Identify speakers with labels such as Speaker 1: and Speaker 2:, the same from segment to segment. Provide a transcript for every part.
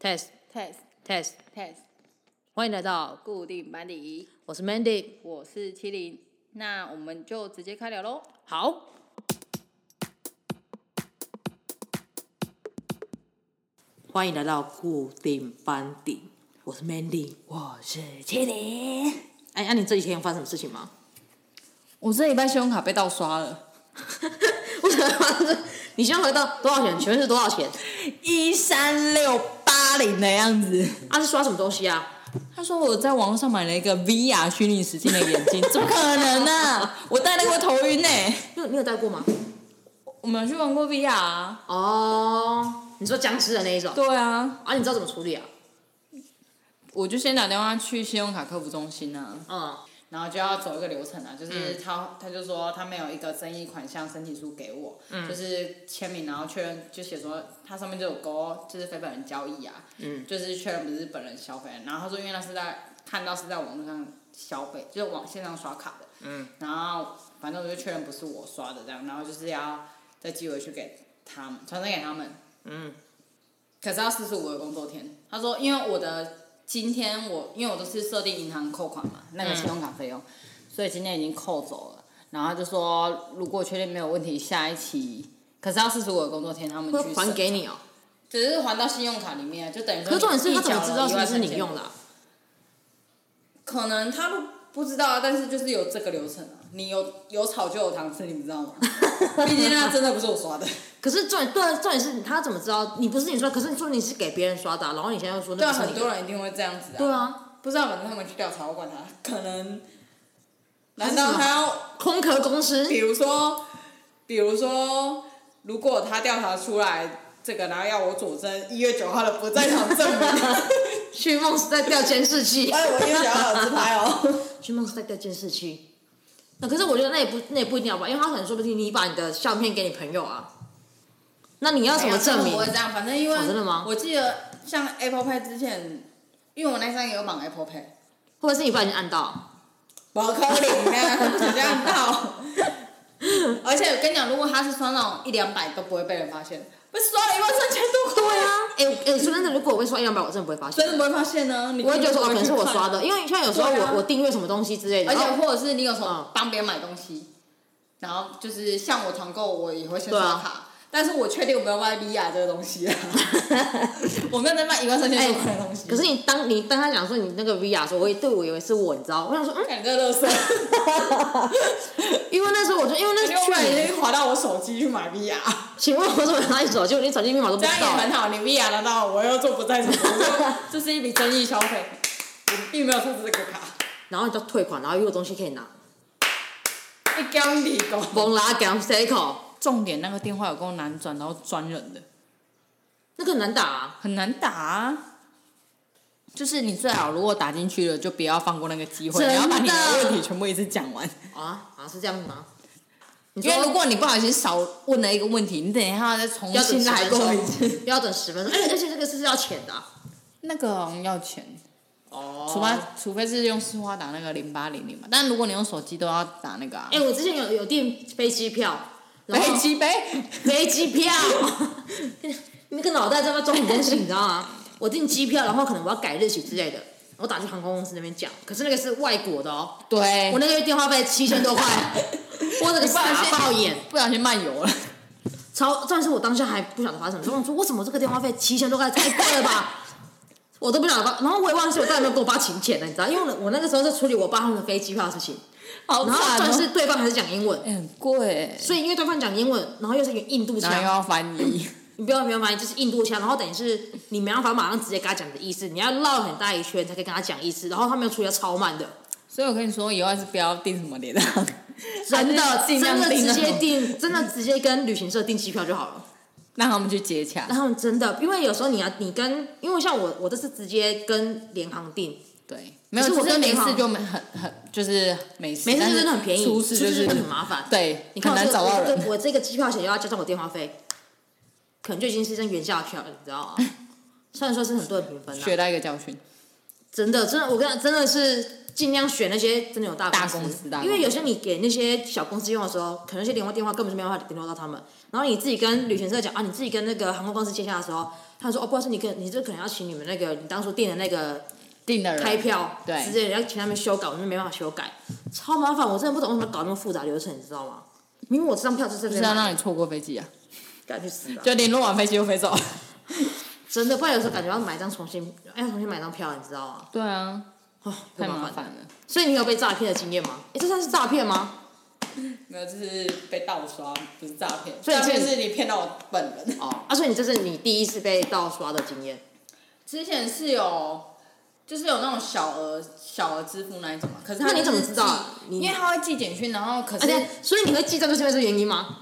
Speaker 1: test
Speaker 2: test
Speaker 1: test，
Speaker 2: test
Speaker 1: 欢迎来到，
Speaker 2: 固定班底，
Speaker 1: 我是 Mandy。
Speaker 2: 我是麒麟，那我们就直接开聊喽。
Speaker 1: 好，欢迎来到固定班底，我是 Mandy，我是麒麟。哎，那、你这几天有发生什么事情吗？
Speaker 2: 我这一半信用卡被盗刷了，
Speaker 1: 为什么？ 你先回到多少钱？请问是多少钱？
Speaker 2: 一三六八零的样子。
Speaker 1: 啊，是刷什么东西啊？
Speaker 2: 他说我在网络上买了一个 VR 虚拟实境的眼镜， 怎么可能呢、我戴那个会头晕呢、
Speaker 1: 你有你有戴过吗？
Speaker 2: 我们有去玩过 VR 啊？
Speaker 1: 哦，你说僵尸的那一种。
Speaker 2: 对啊，
Speaker 1: 啊，你知道怎么处理啊？
Speaker 2: 我就先打电话去信用卡客服中心啊。
Speaker 1: 嗯，
Speaker 2: 然后就要走一个流程啊，就是他、他就说他没有一个争议款项申请书给我，就是签名然后确认就写说他上面就有勾就是非本人交易啊，就是确认不是本人消费，然后他说因为他是在看到是在网络上消费，就是网线上刷卡的，然后反正我就确认不是我刷的这样，然后就是要再寄回去给他们，传真给他们。
Speaker 1: 嗯。
Speaker 2: 可是要四十五个工作天。他说，因为我的今天我因为我都是设定银行扣款嘛，那个信用卡费用，所以今天已经扣走了。然后他就说，如果确定没有问题，下一期可是要四十五个工作天，他们去
Speaker 1: 会还
Speaker 2: 审
Speaker 1: 给，你哦、
Speaker 2: 只是还到信用卡里面，就等于说。
Speaker 1: 可是重点是他怎么知道是不是你用的、？啊？
Speaker 2: 可能他不不知道啊，但是就是有这个流程啊。你有有炒就有糖吃，你知 道吗？毕竟那真的不是我刷的。
Speaker 1: 可是重点对啊，重点是他怎么知道你不是你刷？可是你说你是给别人刷的啊、然后你现在又说
Speaker 2: 对
Speaker 1: 那
Speaker 2: 啊，
Speaker 1: 不是
Speaker 2: 很
Speaker 1: 你的，
Speaker 2: 多人一定会这样子啊。
Speaker 1: 对啊，
Speaker 2: 不知道，反正他们去调查，我管他。可能，
Speaker 1: 还是
Speaker 2: 难道
Speaker 1: 什么
Speaker 2: 他要？
Speaker 1: 空壳公 司
Speaker 2: 比如说，比如说，如果他调查出来这个，然后要我佐证一月九号的不在场证 明，
Speaker 1: 去梦时代调监视器，
Speaker 2: 哎，我一月九号有自拍哦。
Speaker 1: 去梦时代调监视器。那可是我觉得那也不那也不一定要吧，因为他可能说不定你把你的相片给你朋友啊， 那你要怎么证
Speaker 2: 没
Speaker 1: 明
Speaker 2: 有他们不？会这样，反正哎因为、
Speaker 1: 哦真的吗
Speaker 2: 我记得像 Apple Pay 之前，因为我那张也有绑 Apple Pay，
Speaker 1: 或者是你不小心按到？
Speaker 2: 我扣零啊，不想这样到。而且我跟你讲，如果他是刷那种一两百都不会被人发现，不是刷了一万三千多块，
Speaker 1: 对啊，哎、哎、说真的，如果我被刷一两百，我真的不会发现
Speaker 2: 真，的不会发现呢、你
Speaker 1: 我会觉得说哦，可能是我刷
Speaker 2: 的，
Speaker 1: 的，因为像有时候我、
Speaker 2: 对啊
Speaker 1: 我订阅什么东西之类的，
Speaker 2: 而且
Speaker 1: 然后
Speaker 2: 或者是你有时
Speaker 1: 嗯
Speaker 2: 候帮别人买东西，然后就是像我团购，我也会先刷
Speaker 1: 对
Speaker 2: 卡。
Speaker 1: 啊
Speaker 2: 但是我确定我没有卖 VR 这个 东西啊，我没有在卖一万三千多块的东西。
Speaker 1: 哎可是你当你当他讲说你那个 VR 的时候，我也对我以为是我，你知道？我想说，嗯，
Speaker 2: 看你这乐色，
Speaker 1: 因为那时候我就因为那
Speaker 2: 你
Speaker 1: 是
Speaker 2: 又
Speaker 1: 去
Speaker 2: 买
Speaker 1: 年
Speaker 2: 已经划到我手机去买 VR，
Speaker 1: 请问我怎么拿你手机？我连手机密码都不
Speaker 2: 这
Speaker 1: 知
Speaker 2: 样也
Speaker 1: 道、
Speaker 2: 很好，你 VR 拿到，我又做不在场， 这是一笔争议消费，我并没有出这个卡，
Speaker 1: 然后你就退款，然后又有东西可 以拿。
Speaker 2: 一刚提供。
Speaker 1: 蒙拉港 C 口，
Speaker 2: 重点那个电话有够难转，然后专人的
Speaker 1: 那个很难打、啊。
Speaker 2: 很难打、啊。就是你最好如果打进去了，就不要放过那个机会，
Speaker 1: 真
Speaker 2: 你
Speaker 1: 的
Speaker 2: 要把你的问题全部一次讲完。
Speaker 1: 啊啊，是这样子吗？你
Speaker 2: 因
Speaker 1: 说
Speaker 2: 为如果你不小心少问了一个问题，你等一下再重
Speaker 1: 要等
Speaker 2: 新
Speaker 1: 十
Speaker 2: 来
Speaker 1: 分
Speaker 2: 过一
Speaker 1: 钟，
Speaker 2: 次。
Speaker 1: 要等十分钟，而且而且这个是要钱的、啊。
Speaker 2: 那个好像要钱，
Speaker 1: 哦
Speaker 2: 除非、除非是用市花打那个零八零零嘛，但如果你用手机都要打那个啊。
Speaker 1: 哎、我之前有有订飞机票，然后
Speaker 2: 飞机哎杯，
Speaker 1: 飞机 票，那个脑袋在那装什么东西，你知道吗？我订机票，然后可能我要改日期之类的，我打去航空公司那边讲，可是那个是外国的哦，
Speaker 2: 对
Speaker 1: 我，那个月电话费七千多 块，我这个
Speaker 2: 你不小
Speaker 1: 傻
Speaker 2: 心
Speaker 1: 爆眼。
Speaker 2: 不小心漫游了。
Speaker 1: 超，但是我当下还不晓得发生什么事，我想说为什么这个电话费七千多块太贵了吧？我都不晓得吧，然后我也忘记我到底有没有跟我爸请钱了，你知道？因为我那个时候在处理我爸他们的飞机票的事情，
Speaker 2: 好哦
Speaker 1: 然后但是对方还是讲英文，
Speaker 2: 欸很贵，
Speaker 1: 所以因为对方讲英文，然后又是一个印度
Speaker 2: 然后又
Speaker 1: 腔，
Speaker 2: 要翻译，
Speaker 1: 你不要不要买，就是印度腔，然后等于是你没办法马上直接跟他讲你的意思，你要绕很大一圈才可以跟他讲意思，然后他们又处理的超慢的，
Speaker 2: 所以我跟你说，以后还是不要订什么联 航，
Speaker 1: 真
Speaker 2: 还
Speaker 1: 的真
Speaker 2: 是尽量
Speaker 1: 的
Speaker 2: 订
Speaker 1: 直
Speaker 2: 啊那
Speaker 1: 接
Speaker 2: 种
Speaker 1: 订，真的直接跟旅行社订机票就好了。
Speaker 2: 让他们去接洽。
Speaker 1: 然后真的，因为有时候你要你跟，因为像我，我这是直接跟联行订，
Speaker 2: 对，没有，
Speaker 1: 可是我
Speaker 2: 就是
Speaker 1: 跟
Speaker 2: 没
Speaker 1: 联航
Speaker 2: 事就没很很就是没事，
Speaker 1: 没事
Speaker 2: 但
Speaker 1: 就是真的很便宜，
Speaker 2: 出
Speaker 1: 出
Speaker 2: 事就
Speaker 1: 事
Speaker 2: 是
Speaker 1: 就很麻烦。，
Speaker 2: 对，
Speaker 1: 你看我
Speaker 2: 很难
Speaker 1: 这个
Speaker 2: 找到
Speaker 1: 我这
Speaker 2: 人。
Speaker 1: 个我这个机票钱又要加上我电话费，可能就已经是一张原价票了，你知 道吗？虽然说是很多人平分啊
Speaker 2: 学
Speaker 1: 的，
Speaker 2: 到一个教训，
Speaker 1: 真的真的，我跟你讲真的是尽量选那些真的有大
Speaker 2: 大
Speaker 1: 公
Speaker 2: 公司大公司
Speaker 1: 因为有些你给那些小公司用的时候，可能那些联络电话根本就没办法联络到他们，然后你自己跟旅行社讲啊，你自己跟那个航空公司接洽的时候，他说哦，不好意思，你跟你这可能要请你们那个你当初订的那个
Speaker 2: 定的人
Speaker 1: 开票
Speaker 2: 对
Speaker 1: 之类的，要请他们修改，我们没办法修改，超麻烦。我真的不懂为什么搞那么复杂流程，你知道吗？明明我这张票就是
Speaker 2: 不
Speaker 1: 这
Speaker 2: 是要
Speaker 1: 样，
Speaker 2: 让你错过飞机啊，
Speaker 1: 赶去死吧！
Speaker 2: 就联络完飞机又飞走。
Speaker 1: 真的，不然有时候感觉要买一张重新，要重新买一张票，你知道吗？
Speaker 2: 对啊，
Speaker 1: 哦，
Speaker 2: 太
Speaker 1: 麻
Speaker 2: 麻
Speaker 1: 烦。
Speaker 2: 烦了。
Speaker 1: 所以你有被诈骗的经验吗？哎，这算是诈骗吗？
Speaker 2: 没有，就是被盗刷，不是诈骗。
Speaker 1: 所以
Speaker 2: 诈骗
Speaker 1: 这
Speaker 2: 是你骗到我本人。
Speaker 1: 哦，啊，所以你这是你第一次被盗刷的经验。
Speaker 2: 之前是有，就是有那种小额小额支付那一种嘛。可是他
Speaker 1: 那你怎么
Speaker 2: 就是
Speaker 1: 知道啊
Speaker 2: 寄
Speaker 1: 你
Speaker 2: 因为他会寄简讯，然后可
Speaker 1: 而
Speaker 2: 是、
Speaker 1: 且，所以你会记账就是因为这个原因吗？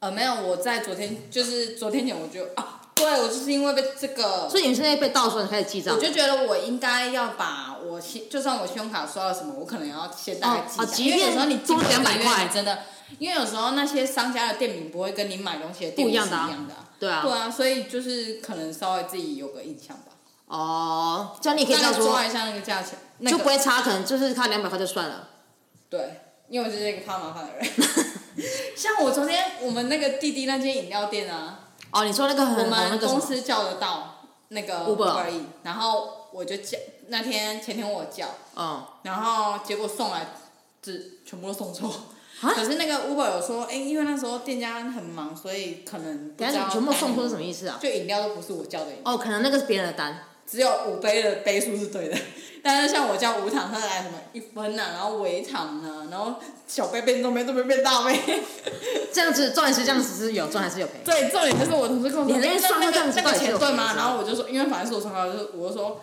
Speaker 2: 呃没有，我在昨天就是昨天前我就啊，对我就是因为被这个，
Speaker 1: 所以你现在被盗刷，你开始记账
Speaker 2: 我。就觉得我应该要把我信，就算我信用卡刷了什么，我可能也要先大概记
Speaker 1: 哦哦
Speaker 2: 一下，因
Speaker 1: 即
Speaker 2: 为
Speaker 1: 便
Speaker 2: 有时候你
Speaker 1: 多
Speaker 2: 两
Speaker 1: 200块
Speaker 2: 真的，因为有时候那些商家的店名不会跟你买东西的店
Speaker 1: 不一
Speaker 2: 名
Speaker 1: 样
Speaker 2: 是一
Speaker 1: 的啊
Speaker 2: 样的啊、
Speaker 1: 对啊
Speaker 2: 对啊，所以就是可能稍微自己有个印象吧，
Speaker 1: 哦，这样你也可以
Speaker 2: 大
Speaker 1: 这样
Speaker 2: 概
Speaker 1: 说，
Speaker 2: 抓一下那个价钱，那
Speaker 1: 就不
Speaker 2: 个
Speaker 1: 会差，可能就是差两百块就算了。
Speaker 2: 对，因为我就是一个怕麻烦的人。 像我昨天我们那个弟弟那间饮料店啊，
Speaker 1: 哦，你说那个很
Speaker 2: 我
Speaker 1: 红那
Speaker 2: 们
Speaker 1: 个什
Speaker 2: 公
Speaker 1: 么？
Speaker 2: 司叫得到那个
Speaker 1: Uber 啊
Speaker 2: Eats，然后我就叫那天前天我叫，
Speaker 1: 嗯，
Speaker 2: 然后结果送来，只全部都送错。
Speaker 1: 啊
Speaker 2: 可是那个 Uber 有说，哎、因为那时候店家很忙，所以可能不
Speaker 1: 等
Speaker 2: 知
Speaker 1: 一下
Speaker 2: 道
Speaker 1: 你全部送出是什么
Speaker 2: 意
Speaker 1: 意思啊？
Speaker 2: 就饮料都不是我叫的饮料，
Speaker 1: 哦，可能那个是别人的单。
Speaker 2: 只有五杯的杯数是对的。但是像我叫无糖，他来什么一分呐、啊，然后微糖啊，然后小杯变中杯，中杯变大杯。
Speaker 1: 这样子赚还是这样子是有赚还是有赔？
Speaker 2: 对，重点就是我同事跟我说，
Speaker 1: 你那边
Speaker 2: 哎
Speaker 1: 算
Speaker 2: 那
Speaker 1: 到这样
Speaker 2: 个
Speaker 1: 子
Speaker 2: 那个
Speaker 1: 到底是
Speaker 2: 钱
Speaker 1: 有
Speaker 2: 对
Speaker 1: 多
Speaker 2: 吗？
Speaker 1: 少
Speaker 2: 然后我就说，因为反正是我送他，我就我就说。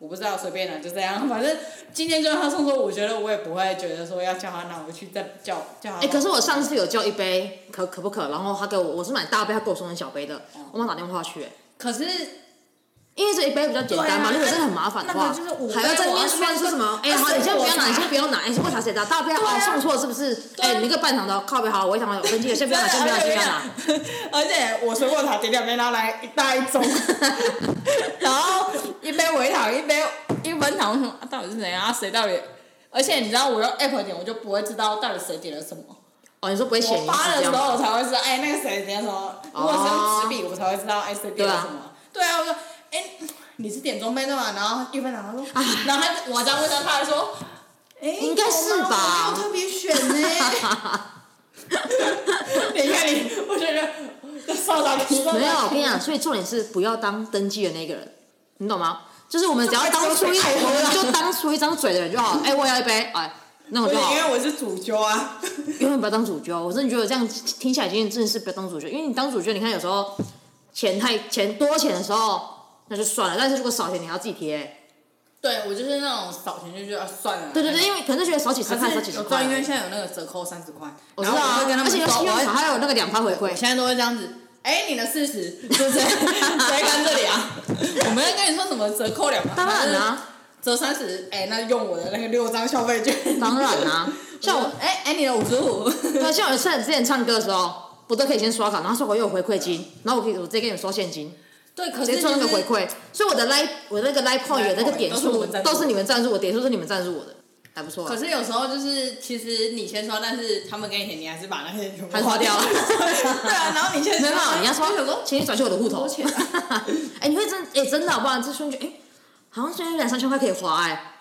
Speaker 2: 我不知道，随便啦，就这样。反正今天就让他送说，我觉得我也不会觉得说要叫他拿回去再叫叫他。
Speaker 1: 哎、可是我上次有叫一杯可可不可，然后他给我我是买大杯，他给我送很小杯的，
Speaker 2: 哦
Speaker 1: 我妈打电话去、哎
Speaker 2: 可是
Speaker 1: 因为这一杯比较简单嘛，
Speaker 2: 对啊
Speaker 1: 如果真的很麻烦的
Speaker 2: 那
Speaker 1: 话
Speaker 2: 个就是五，杯
Speaker 1: 还要在里面算是什么？哎，好，你先不要拿，
Speaker 2: 我
Speaker 1: 你先不要拿，哎，我查谁的大杯好
Speaker 2: 啊对啊
Speaker 1: 送错了是不是？
Speaker 2: 对啊
Speaker 1: 哎，你那个半糖的靠背好，我一糖的我生气了，先不要拿，先不要拿，先不要拿。
Speaker 2: 而且我水果塔点两杯，然后来一大一盅， 然后一杯维糖，一杯一分糖，我想啊到底是谁啊？谁到底？而且你知道我用 app 点，我就不会知道到底谁点了什么。
Speaker 1: 哦，你说不会显哦
Speaker 2: 我
Speaker 1: 名
Speaker 2: 发
Speaker 1: 是
Speaker 2: 的
Speaker 1: 这
Speaker 2: 时
Speaker 1: 样哦
Speaker 2: 候
Speaker 1: 吗？
Speaker 2: 我才会知道，哎、那个谁点了什么。如果是用纸笔，我才会知道，哎、谁点了什么。对啊，我说，哎、你是点中杯的嘛？然后一分糖，他说，然后他我这样问他，他还说，哎、
Speaker 1: 啊应该是吧
Speaker 2: 我没有特别选呢、 你看你，我觉得少少提
Speaker 1: 没有，我跟你讲，所以重点是不要当登记的那个人，你懂吗？就是我们只要当出一，我们就当出一张嘴的人就好。哎，我要一杯，哎，那我就好
Speaker 2: 因。为我是主揪啊。
Speaker 1: 永远不要当主角。我真的觉得这样听起来，今天真的是不要当主角，因为你当主角，你看有时候钱太钱多钱的时候那就算了，但是如果少钱，你还要自己贴。
Speaker 2: 对，我就是那种少钱就觉得、啊、算了。
Speaker 1: 对对对，。因为可能就觉得少几十
Speaker 2: 可
Speaker 1: 块，少几
Speaker 2: 是
Speaker 1: 十
Speaker 2: 有知道，
Speaker 1: 块
Speaker 2: 因。为现在有那个折扣三十块，
Speaker 1: 我知
Speaker 2: 然
Speaker 1: 道
Speaker 2: 后我
Speaker 1: 啊
Speaker 2: 会跟他，
Speaker 1: 而
Speaker 2: 们
Speaker 1: 且
Speaker 2: 说，
Speaker 1: 有信用
Speaker 2: 我会
Speaker 1: 卡还有那个两趴回
Speaker 2: 我
Speaker 1: 馈，
Speaker 2: 现在都会这样子。哎、你的四十是不 是？谁看这里啊？我没有跟你说什么折扣两百，
Speaker 1: 当然啊，
Speaker 2: 折三十。哎，那用我的那个六张消费券。
Speaker 1: 当然 啊。像我，
Speaker 2: 哎哎、你的五十五。
Speaker 1: 对，啊像我之前之前唱歌的时候，不都可以先刷卡，然后刷卡又有回馈金，然后我可以我直接给你们收现金，
Speaker 2: 对，可
Speaker 1: 直接
Speaker 2: 是就
Speaker 1: 做
Speaker 2: 是
Speaker 1: 那个回馈。所以我的 l i e 我那个 l i e point 有那个点数都是你们赞助我，点数是你们赞助我的，还不错啊。
Speaker 2: 可是有时候就是，其实你先刷，但是他们给你钱，你还是把那些全部
Speaker 1: 还是花掉了
Speaker 2: 对啊，然后你先
Speaker 1: 没
Speaker 2: 刷，
Speaker 1: 有没有，你要说请你转去我的户头
Speaker 2: 多。钱啊
Speaker 1: 哎、你会真哎、真的好不好？这瞬间哎，好像现在有两三千块可以花哎、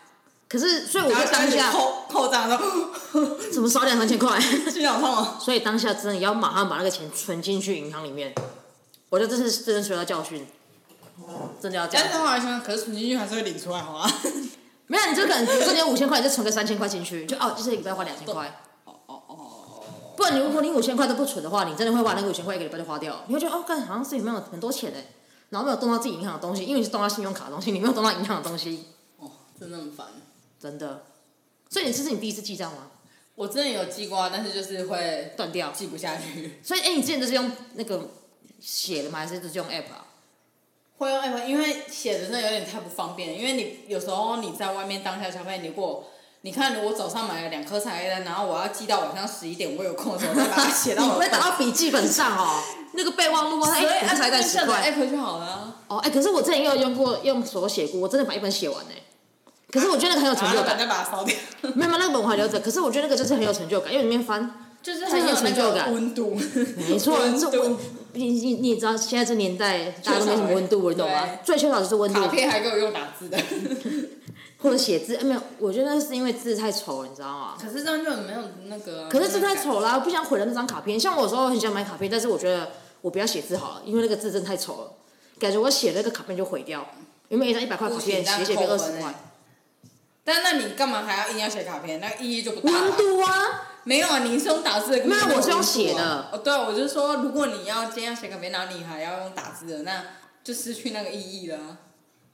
Speaker 1: 可是所以我
Speaker 2: 然后
Speaker 1: 就当
Speaker 2: 当下
Speaker 1: 下
Speaker 2: 扣扣账的时候，
Speaker 1: 怎么少两三千块？
Speaker 2: 心想痛啊！
Speaker 1: 所以当下真的要马上把那个钱存进去银行里面。我觉得这是真的学到教训，真的要这样
Speaker 2: 但。是后来想想，可是存进去还是会领出来，好啊。
Speaker 1: 没有，你就可能比如说你有五千块，你就存个三千块进去，就哦，就是一个礼拜花两千块。
Speaker 2: 哦哦哦。
Speaker 1: 不然你如果你五千块都不存的话，你真的会把那个五千块一个礼拜就花掉了。你会觉得哦，干好像自己没有很多钱哎、然后没有动到自己银行的东西，因为你是动到信用卡的东西，你没有动到银行的东西，
Speaker 2: 哦，真的很烦。
Speaker 1: 真的。所以你这是你第一次记账吗？
Speaker 2: 我真的有记过啊，但是就是会
Speaker 1: 断掉。
Speaker 2: 记不下去。
Speaker 1: 所以，哎、你之前都是用那个写的吗？还是都是用 app 啊？
Speaker 2: 会用 app，因为写的真的有点太不方便了，因为你有时候你在外面当下消费，你如果你看我早上买了两颗茶叶蛋，然后我要记到晚上十一点，我有空的时候再把它写
Speaker 1: 你
Speaker 2: 到我
Speaker 1: 不
Speaker 2: 的
Speaker 1: 会打
Speaker 2: 本上。
Speaker 1: 到笔记本上哦， 那个备忘录啊，
Speaker 2: 所
Speaker 1: 哎、
Speaker 2: 以
Speaker 1: 欸，我才在
Speaker 2: 按
Speaker 1: 十
Speaker 2: 下载
Speaker 1: 块
Speaker 2: app 就好了啊。
Speaker 1: 哦，哎、可是我之前也有用过用手写过，我真的把一本写完哎、可是我觉得那个很有成
Speaker 2: 然后
Speaker 1: 就
Speaker 2: 老板
Speaker 1: 感，
Speaker 2: 再把它烧掉。
Speaker 1: 没有没有那个本我还留着，可是我觉得那个就是很有成就感，因为里面翻
Speaker 2: 就是很有那
Speaker 1: 这很有成就
Speaker 2: 个
Speaker 1: 感
Speaker 2: 温度，
Speaker 1: 没错，
Speaker 2: 温
Speaker 1: 这
Speaker 2: 度
Speaker 1: 温。你你你知道现在这年代大家都没什么温度了，你懂吗
Speaker 2: 对？
Speaker 1: 最缺少就是温度
Speaker 2: 卡，片还给我用打字的，
Speaker 1: 或者写字。哎没有，我觉得是因为字太丑了，你知道吗？
Speaker 2: 可是这样就没有那个啊、
Speaker 1: 可是字太
Speaker 2: 了。
Speaker 1: 丑啦，我不想毁了那张卡片。像我有时候很想买卡片，但是我觉得我不要写字好了，因为那个字真的太丑了，感觉我写那个卡片就毁掉。原本一张一百块卡片，写写变二十块，
Speaker 2: 但那你干嘛还要硬要写卡片？那意义就不大
Speaker 1: 温
Speaker 2: 了。
Speaker 1: 度啊！
Speaker 2: 没有啊，你是用打字的。根本
Speaker 1: 那
Speaker 2: 就
Speaker 1: 我是用
Speaker 2: 没有温度
Speaker 1: 写
Speaker 2: 啊
Speaker 1: 的
Speaker 2: 哦，对啊，我就说，如果你要今天要写卡片，然后你还要用打字的，那就失去那个意义了啊。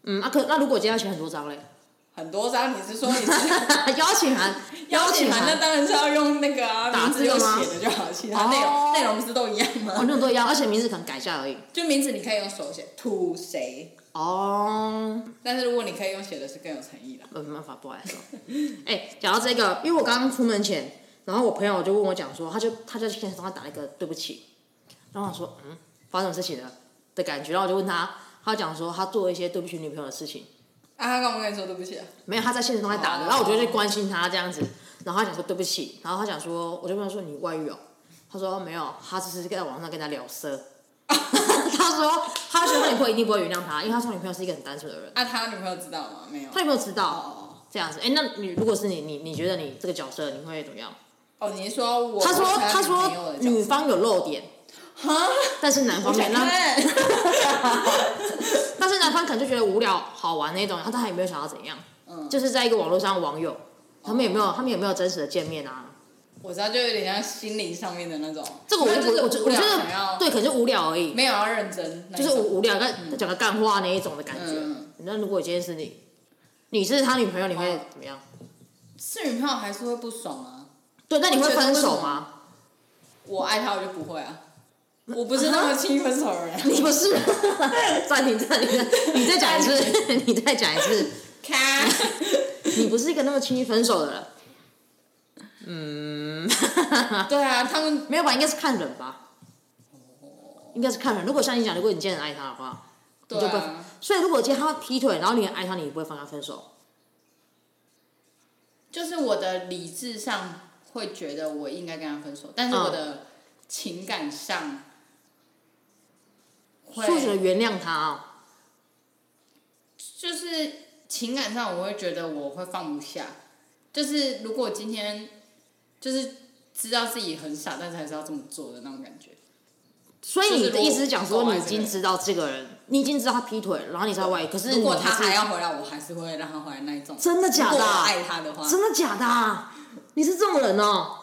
Speaker 1: 嗯，啊可那如果今天要写很多张嘞，
Speaker 2: 很多张，你是说 你是
Speaker 1: 邀请函，
Speaker 2: 邀请函，那
Speaker 1: 函，
Speaker 2: 当然是要用那个啊，
Speaker 1: 打
Speaker 2: 名
Speaker 1: 字的
Speaker 2: 字用
Speaker 1: 吗
Speaker 2: 写的就好，其他内
Speaker 1: 哦
Speaker 2: 容内容不是都一样
Speaker 1: 哦
Speaker 2: 吗？
Speaker 1: 那种都一样，而且名字可能改一下而已。
Speaker 2: 就名字你可以用手写，to 谁，
Speaker 1: 哦，
Speaker 2: 但是如果你可以用写的，是更有诚意的。
Speaker 1: 呃没办法，不好意思哦。哎、讲到这个，因为我刚刚出门前，然后我朋友就问我讲说，他就他就现实中他打了一个对不起，然后我说嗯，发生什么事情了的感觉，然后我就问他，他讲说他做了一些对不起女朋友的事情，
Speaker 2: 啊，他干嘛跟你说对不起啊？
Speaker 1: 没有他在现实中在打的，
Speaker 2: 哦
Speaker 1: 然后我就去关心他这样子，然后他讲说对不起，然后他讲说，我就问他说你外遇哦，他说没有，他只是在网上跟他聊色。 他说，他觉得他女朋友一定不会原谅他，因为他说女朋友是一个很单纯的人。
Speaker 2: 啊，他女朋友知道吗？没有。
Speaker 1: 他有没有知道？
Speaker 2: 哦
Speaker 1: 这样子，哎、那你如果是你，你你觉得你这个角色你会怎么样？
Speaker 2: 哦，你是说我？
Speaker 1: 他说
Speaker 2: 我才
Speaker 1: 他
Speaker 2: 是女朋友
Speaker 1: 说
Speaker 2: 的角色
Speaker 1: 女方有漏点，
Speaker 2: 哈，
Speaker 1: 但是男
Speaker 2: 我
Speaker 1: 方没
Speaker 2: 想
Speaker 1: 那，
Speaker 2: 看。
Speaker 1: 但是男方可能就觉得无聊好玩那种，他他也没有想要怎样，
Speaker 2: 嗯哦
Speaker 1: 就是在一个网络上的网友，他们有没有他们有没有真实的见面啊？
Speaker 2: 我知道，就有点像心灵上面的那种。
Speaker 1: 这个我
Speaker 2: 那就是
Speaker 1: 我我觉
Speaker 2: 无
Speaker 1: 我
Speaker 2: 聊
Speaker 1: 觉
Speaker 2: 想要
Speaker 1: 得对，可能就无聊而已，
Speaker 2: 没有要认真那
Speaker 1: 就
Speaker 2: 一种，
Speaker 1: 是无无聊跟讲个干话那一种的感觉
Speaker 2: 嗯。
Speaker 1: 那如果今天是你，你是他女朋友，你会怎么样？
Speaker 2: 是女朋友还是会不爽啊。
Speaker 1: 对，那你会
Speaker 2: 我觉得
Speaker 1: 分
Speaker 2: 为什
Speaker 1: 手
Speaker 2: 么
Speaker 1: 吗？
Speaker 2: 我爱他，我就不会啊。
Speaker 1: 嗯
Speaker 2: 我不是那么轻易分手的人。
Speaker 1: 你不是，暂停暂停，你再讲一 次，你再讲一次。
Speaker 2: 咔，
Speaker 1: 你不是一个那么轻易分手的人，
Speaker 2: 对啊，他们
Speaker 1: 没有吧？应该是看人吧，应该是看人。如果像你讲，如果你今天很爱他的话，你
Speaker 2: 对
Speaker 1: 就不会
Speaker 2: 啊，
Speaker 1: 所以如果今天他劈腿，然后你很爱他，你不会放他分手。
Speaker 2: 就是我的理智上会觉得我应该跟他分手，但是
Speaker 1: 嗯
Speaker 2: 我的情感上
Speaker 1: 所以我觉得
Speaker 2: 会
Speaker 1: 原谅他啊、
Speaker 2: 就是情感上我会觉得我会放不下，就是如果今天就是知道自己很傻，但是还是要这么做的那种感觉。
Speaker 1: 所以你的意思是讲
Speaker 2: 就是如
Speaker 1: 说，
Speaker 2: 果
Speaker 1: 你已经知道这个人，你已经知道他劈腿了，然后你才外遇。可是
Speaker 2: 如
Speaker 1: 你
Speaker 2: 果他还
Speaker 1: 是
Speaker 2: 要回来，我还是会让他回来那一种。
Speaker 1: 真的假
Speaker 2: 如
Speaker 1: 的
Speaker 2: 果我
Speaker 1: 啊、
Speaker 2: 爱他的 话，
Speaker 1: 真的假的啊、你是这种人哦，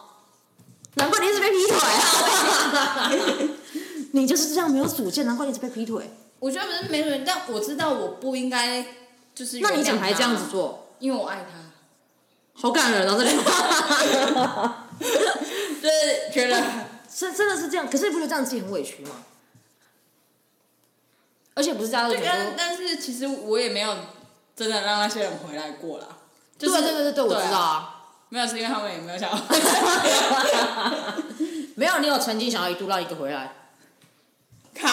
Speaker 1: 难怪你一直被劈腿、啊 你就是这样没有主见，难怪你一直被劈腿。
Speaker 2: 我觉得不是没人，但我知道我不应该就是原 谅
Speaker 1: 那
Speaker 2: 他。
Speaker 1: 你怎么还这样子做？
Speaker 2: 因为我爱 他，
Speaker 1: 好感人啊！这里
Speaker 2: 就是觉得，
Speaker 1: 是 真的是这样，可是你不觉得这样自己很委屈吗？而且不是大家都
Speaker 2: 对
Speaker 1: 觉得
Speaker 2: 但
Speaker 1: 说，
Speaker 2: 但是其实我也没有真的让那些人回来过啦。就是、
Speaker 1: 对对对对对，我知道
Speaker 2: 啊。
Speaker 1: 啊。
Speaker 2: 没有，是因为他们也没 有想要。
Speaker 1: 啊没有，你有曾经想要一度让一个回来
Speaker 2: 卡，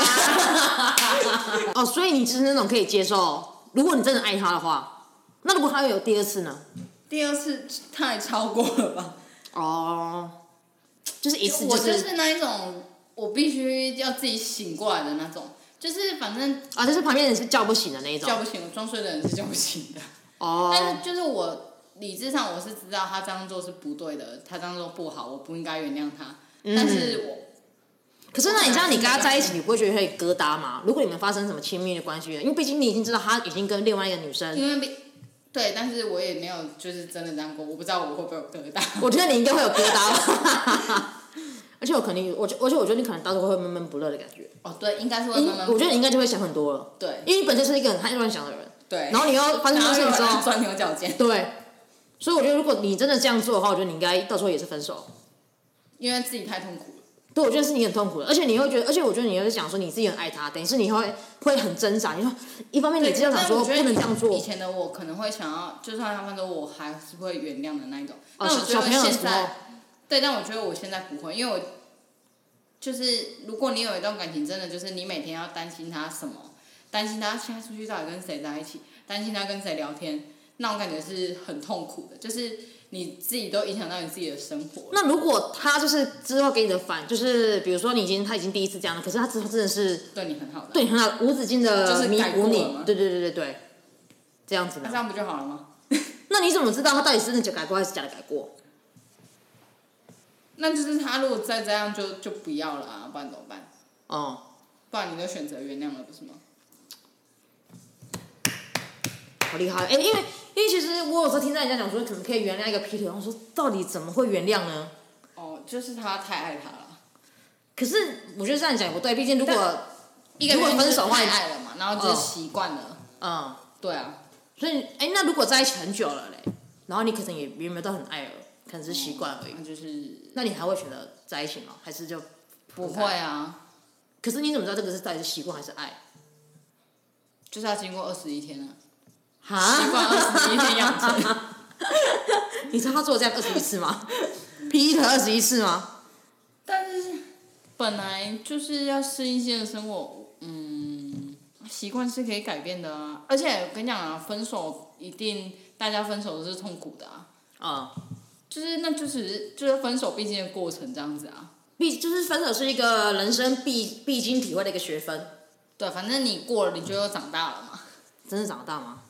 Speaker 1: 哦，所以你就是那种可以接受，如果你真的爱他的话，那如果他有第二次呢？
Speaker 2: 第二次太超过了吧？
Speaker 1: 哦，就是 一次
Speaker 2: 我
Speaker 1: 是
Speaker 2: 就是那一种，我必须要自己醒过来的那种。就是反正
Speaker 1: 啊，就是旁边人是叫不醒的那一种
Speaker 2: 叫不醒，我装睡的人是叫不醒的。但
Speaker 1: 哦
Speaker 2: 是就是我理智上我是知道他这样做是不对的，他这样做不好，我不应该原谅他。
Speaker 1: 嗯
Speaker 2: 但是我
Speaker 1: 可是那你这样，你跟他在一起，你不会觉得会疙瘩吗？如果你们发生什么亲密的关系了，因为毕竟你已经知道他已经跟另外一个女 生，
Speaker 2: 因为被对，但是我也没有就是真的这样过，我不知道我会不会有 疙瘩。
Speaker 1: 我觉得你应该会有疙瘩吧。 而且我肯定，我觉，而且我觉得你可能到时候会闷闷不乐的感觉。
Speaker 2: 哦，对，应该是会慢慢。
Speaker 1: 我觉得你应该就会想很多了，
Speaker 2: 对
Speaker 1: 因为你本身是一个很爱乱想的人，
Speaker 2: 对，
Speaker 1: 然后你又发生这种
Speaker 2: 然后
Speaker 1: 事
Speaker 2: 又
Speaker 1: 情 之
Speaker 2: 来
Speaker 1: 后，
Speaker 2: 钻牛角尖，
Speaker 1: 对，所以我觉得如果你真的这样做的话，我觉得你应该到时候也是分手。
Speaker 2: 因为自己太痛苦了。
Speaker 1: 对，我觉得是你很痛苦的，而且你会觉得，而且我觉得你会想说你自己很爱他，等于是你会会很挣扎。你说一方面你
Speaker 2: 对，
Speaker 1: 这样想
Speaker 2: 但
Speaker 1: 说
Speaker 2: 我
Speaker 1: 不
Speaker 2: 觉得
Speaker 1: 能这样做
Speaker 2: 以，前的我可能会想要，就算他们说我还是会原谅的那一种。
Speaker 1: 哦
Speaker 2: 但
Speaker 1: 小
Speaker 2: 我觉
Speaker 1: 小朋
Speaker 2: 得
Speaker 1: 友的
Speaker 2: 现
Speaker 1: 时
Speaker 2: 在
Speaker 1: 候，，
Speaker 2: 对，但我觉得我现在不会，因为我就是如果你有一段感情，真的就是你每天要担心他什么，担心他现在出去到底跟谁在一起，担心他跟谁聊天，那种感觉是很痛苦的。就是你自己都影响到你自己的生活了。
Speaker 1: 那如果他就是之后给你的反，就是比如说你已经他已经第一次这样了，可是他之后真的是
Speaker 2: 对你很好的，
Speaker 1: 对你很好，无止境
Speaker 2: 就
Speaker 1: 的
Speaker 2: 是
Speaker 1: 弥
Speaker 2: 改
Speaker 1: 补
Speaker 2: 过
Speaker 1: 你
Speaker 2: 了吗，
Speaker 1: 对对对对对，这样子
Speaker 2: 那
Speaker 1: 呢
Speaker 2: 这？样不就好了吗？
Speaker 1: 那你怎么知道他到底是真的改过还是假的改过？
Speaker 2: 那就是他如果再这样就就不要了啊，不然怎么办？
Speaker 1: 哦、
Speaker 2: 不然你就选择原谅了，不是吗？
Speaker 1: 好厉害！哎、因为因为其实我有时候听到人家讲说，可能可以原谅一个劈腿，我说到底怎么会原谅呢？
Speaker 2: 哦，就是他太爱他了，
Speaker 1: 可是我觉得这样讲也不对，毕竟如果
Speaker 2: 一个
Speaker 1: 如果
Speaker 2: 原因
Speaker 1: 分
Speaker 2: 就是
Speaker 1: 手的话
Speaker 2: 太爱了嘛，然后就
Speaker 1: 哦
Speaker 2: 是习惯了，
Speaker 1: 嗯，
Speaker 2: 对啊，
Speaker 1: 所以哎、那如果在一起很久了嘞，然后你可能也也没有到很爱了，可能是习惯而已，
Speaker 2: 那就是
Speaker 1: 那你还会选择在一起吗？还是就
Speaker 2: 不会？啊，
Speaker 1: 可是你怎么知道这个是到底是习惯还是爱？
Speaker 2: 就是要经过二十一天啊，习
Speaker 1: 哈，
Speaker 2: 惯二十一天养成，
Speaker 1: 你知道他做了这样二十一次吗？劈腿二十一次吗？
Speaker 2: 但是本来就是要适应新的生活，嗯，习惯是可以改变的啊，而且我跟你讲啊，分手一定大家分手都是痛苦的啊。
Speaker 1: 啊、
Speaker 2: 就是那就只是就是分手必经的过程这样子啊。
Speaker 1: 必就是分手是一个人生必必经体会的一个学分，
Speaker 2: 对，啊反正你过了，你就又长大了嘛。
Speaker 1: 真的长大吗？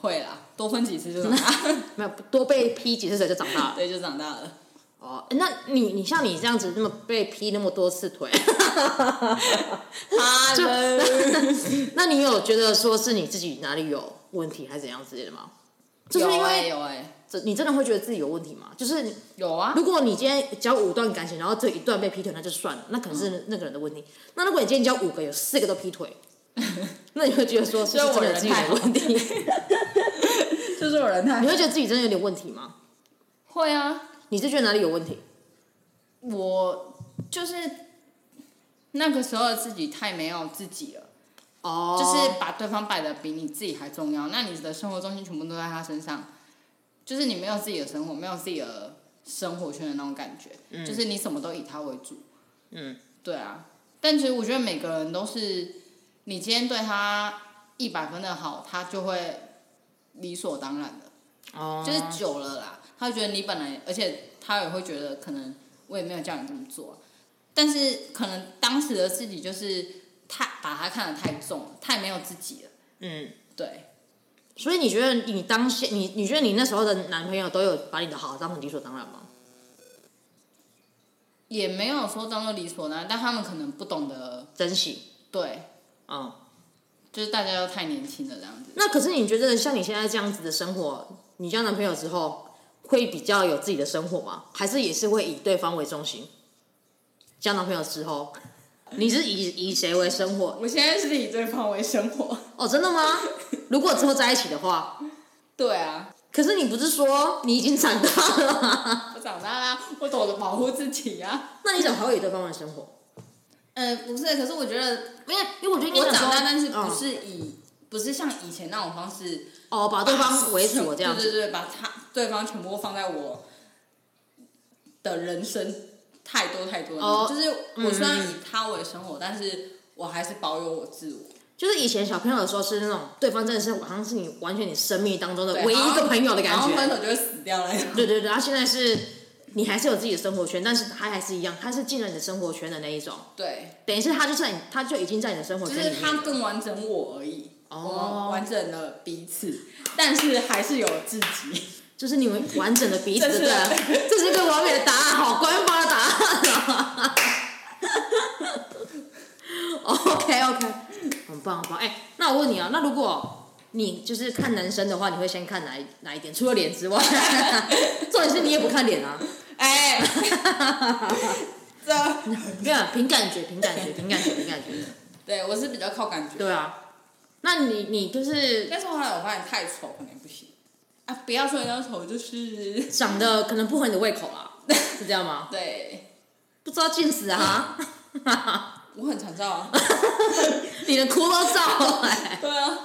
Speaker 2: 会啦，多分几次就长大，
Speaker 1: 没有多被批几次水就长大了。
Speaker 2: 啊对，就长大了。
Speaker 1: 哦，那你你像你这样子那么被批那么多次腿，
Speaker 2: 哈喽，
Speaker 1: 那你有觉得说是你自己哪里有问题还是怎样之类的吗？就是
Speaker 2: 有
Speaker 1: 因
Speaker 2: 哎、
Speaker 1: 为
Speaker 2: 有哎、
Speaker 1: 这你真的会觉得自己有问题吗？就是你
Speaker 2: 有啊。
Speaker 1: 如果你今天交五段感情，然后这一段被劈腿，那就算了，那可能
Speaker 2: 嗯
Speaker 1: 是那个人的问题。那如果你今天交五个，有四个都劈腿， 那你会觉得说是
Speaker 2: 所以
Speaker 1: 不
Speaker 2: 我
Speaker 1: 是真的
Speaker 2: 人
Speaker 1: 自己有
Speaker 2: 太好
Speaker 1: 问题？
Speaker 2: 就是有人太
Speaker 1: 你会觉得自己真的有点问题吗？
Speaker 2: 会啊，
Speaker 1: 你是觉得哪里有问题？
Speaker 2: 我就是那个时候的自己太没有自己了。
Speaker 1: 哦
Speaker 2: 就是把对方摆的比你自己还重要，那你的生活重心全部都在他身上，就是你没有自己的生活，没有自己的生活圈的那种感觉，就是你什么都以他为主。
Speaker 1: 嗯，
Speaker 2: 对啊，但其实我觉得每个人都是，你今天对他一百分的好，他就会理所当然的，
Speaker 1: 哦，
Speaker 2: 就是久了啦，他会觉得你本来，而且他也会觉得可能我也没有叫你这么做啊，但是可能当时的自己就是太把他看得太重了，太没有自己了，
Speaker 1: 嗯。
Speaker 2: 对，
Speaker 1: 所以你觉得你当下你你觉得你那时候的男朋友都有把你的好当成理所当然吗？
Speaker 2: 也没有说当做理所当然，但他们可能不懂得，
Speaker 1: 珍惜，
Speaker 2: 对，
Speaker 1: 嗯。
Speaker 2: 就是大家都太年轻了这样子。
Speaker 1: 那可是你觉得像你现在这样子的生活，你交男朋友之后会比较有自己的生活吗？还是也是会以对方为中心？交男朋友之后，你是以以谁为生活？
Speaker 2: 我现在是以对方为生活，
Speaker 1: 哦，真的吗？如果之后在一起的话，
Speaker 2: 对啊，
Speaker 1: 可是你不是说你已经长大了吗？
Speaker 2: 我长大啦，我懂得保护自己啊。
Speaker 1: 那你怎么还会以对方为生活？
Speaker 2: 嗯、不是，可是我觉得
Speaker 1: 因为因为我觉得
Speaker 2: 我长大，但是
Speaker 1: 嗯
Speaker 2: 不是以、不是像以前那种方式
Speaker 1: 哦，把对方为主这样子
Speaker 2: 对。对对，把他对方全部放在我的人生太多太多了，
Speaker 1: 哦
Speaker 2: 就是我虽然以他为生活，但是我还是保有我自我。
Speaker 1: 就是以前小朋友的时候是那种对方真的是好像是你完全你生命当中的
Speaker 2: 对
Speaker 1: 唯一一个朋友的感
Speaker 2: 然后然
Speaker 1: 觉。
Speaker 2: 后分手就会死掉了。
Speaker 1: 对对对，他现在是你还是有自己的生活圈，但是他还是一样，他是进了你的生活圈的那一种，
Speaker 2: 对，
Speaker 1: 等于是他就在你他就已经在你的生活
Speaker 2: 就
Speaker 1: 圈里
Speaker 2: 是
Speaker 1: 面
Speaker 2: 他
Speaker 1: 了。
Speaker 2: 更完整我而已。我
Speaker 1: 哦
Speaker 2: 们完整了彼此，但是还是有自己。
Speaker 1: 就是你们完整的彼此
Speaker 2: 这是啊
Speaker 1: 的，这是一个完美的答案，好官方的答案 啊。OK OK，很棒很棒。哎、那我问你啊，那如果你就是看男生的话，你会先看哪一哪一点？除了脸之外， 重点是你也不看脸啊，
Speaker 2: 哎，这
Speaker 1: 没有凭感觉，凭感觉，凭感觉，凭感觉。
Speaker 2: 对我是比较靠感觉，
Speaker 1: 对啊，那你你就是
Speaker 2: 但是后来我发现太丑可能不行啊！不要说人家丑，就是？
Speaker 1: 长得可能不合你的胃口啦， 是这样吗
Speaker 2: 对。
Speaker 1: 不知道禁止 啊，
Speaker 2: 我很常照 啊，
Speaker 1: 你的哭都照了、哎
Speaker 2: 对啊，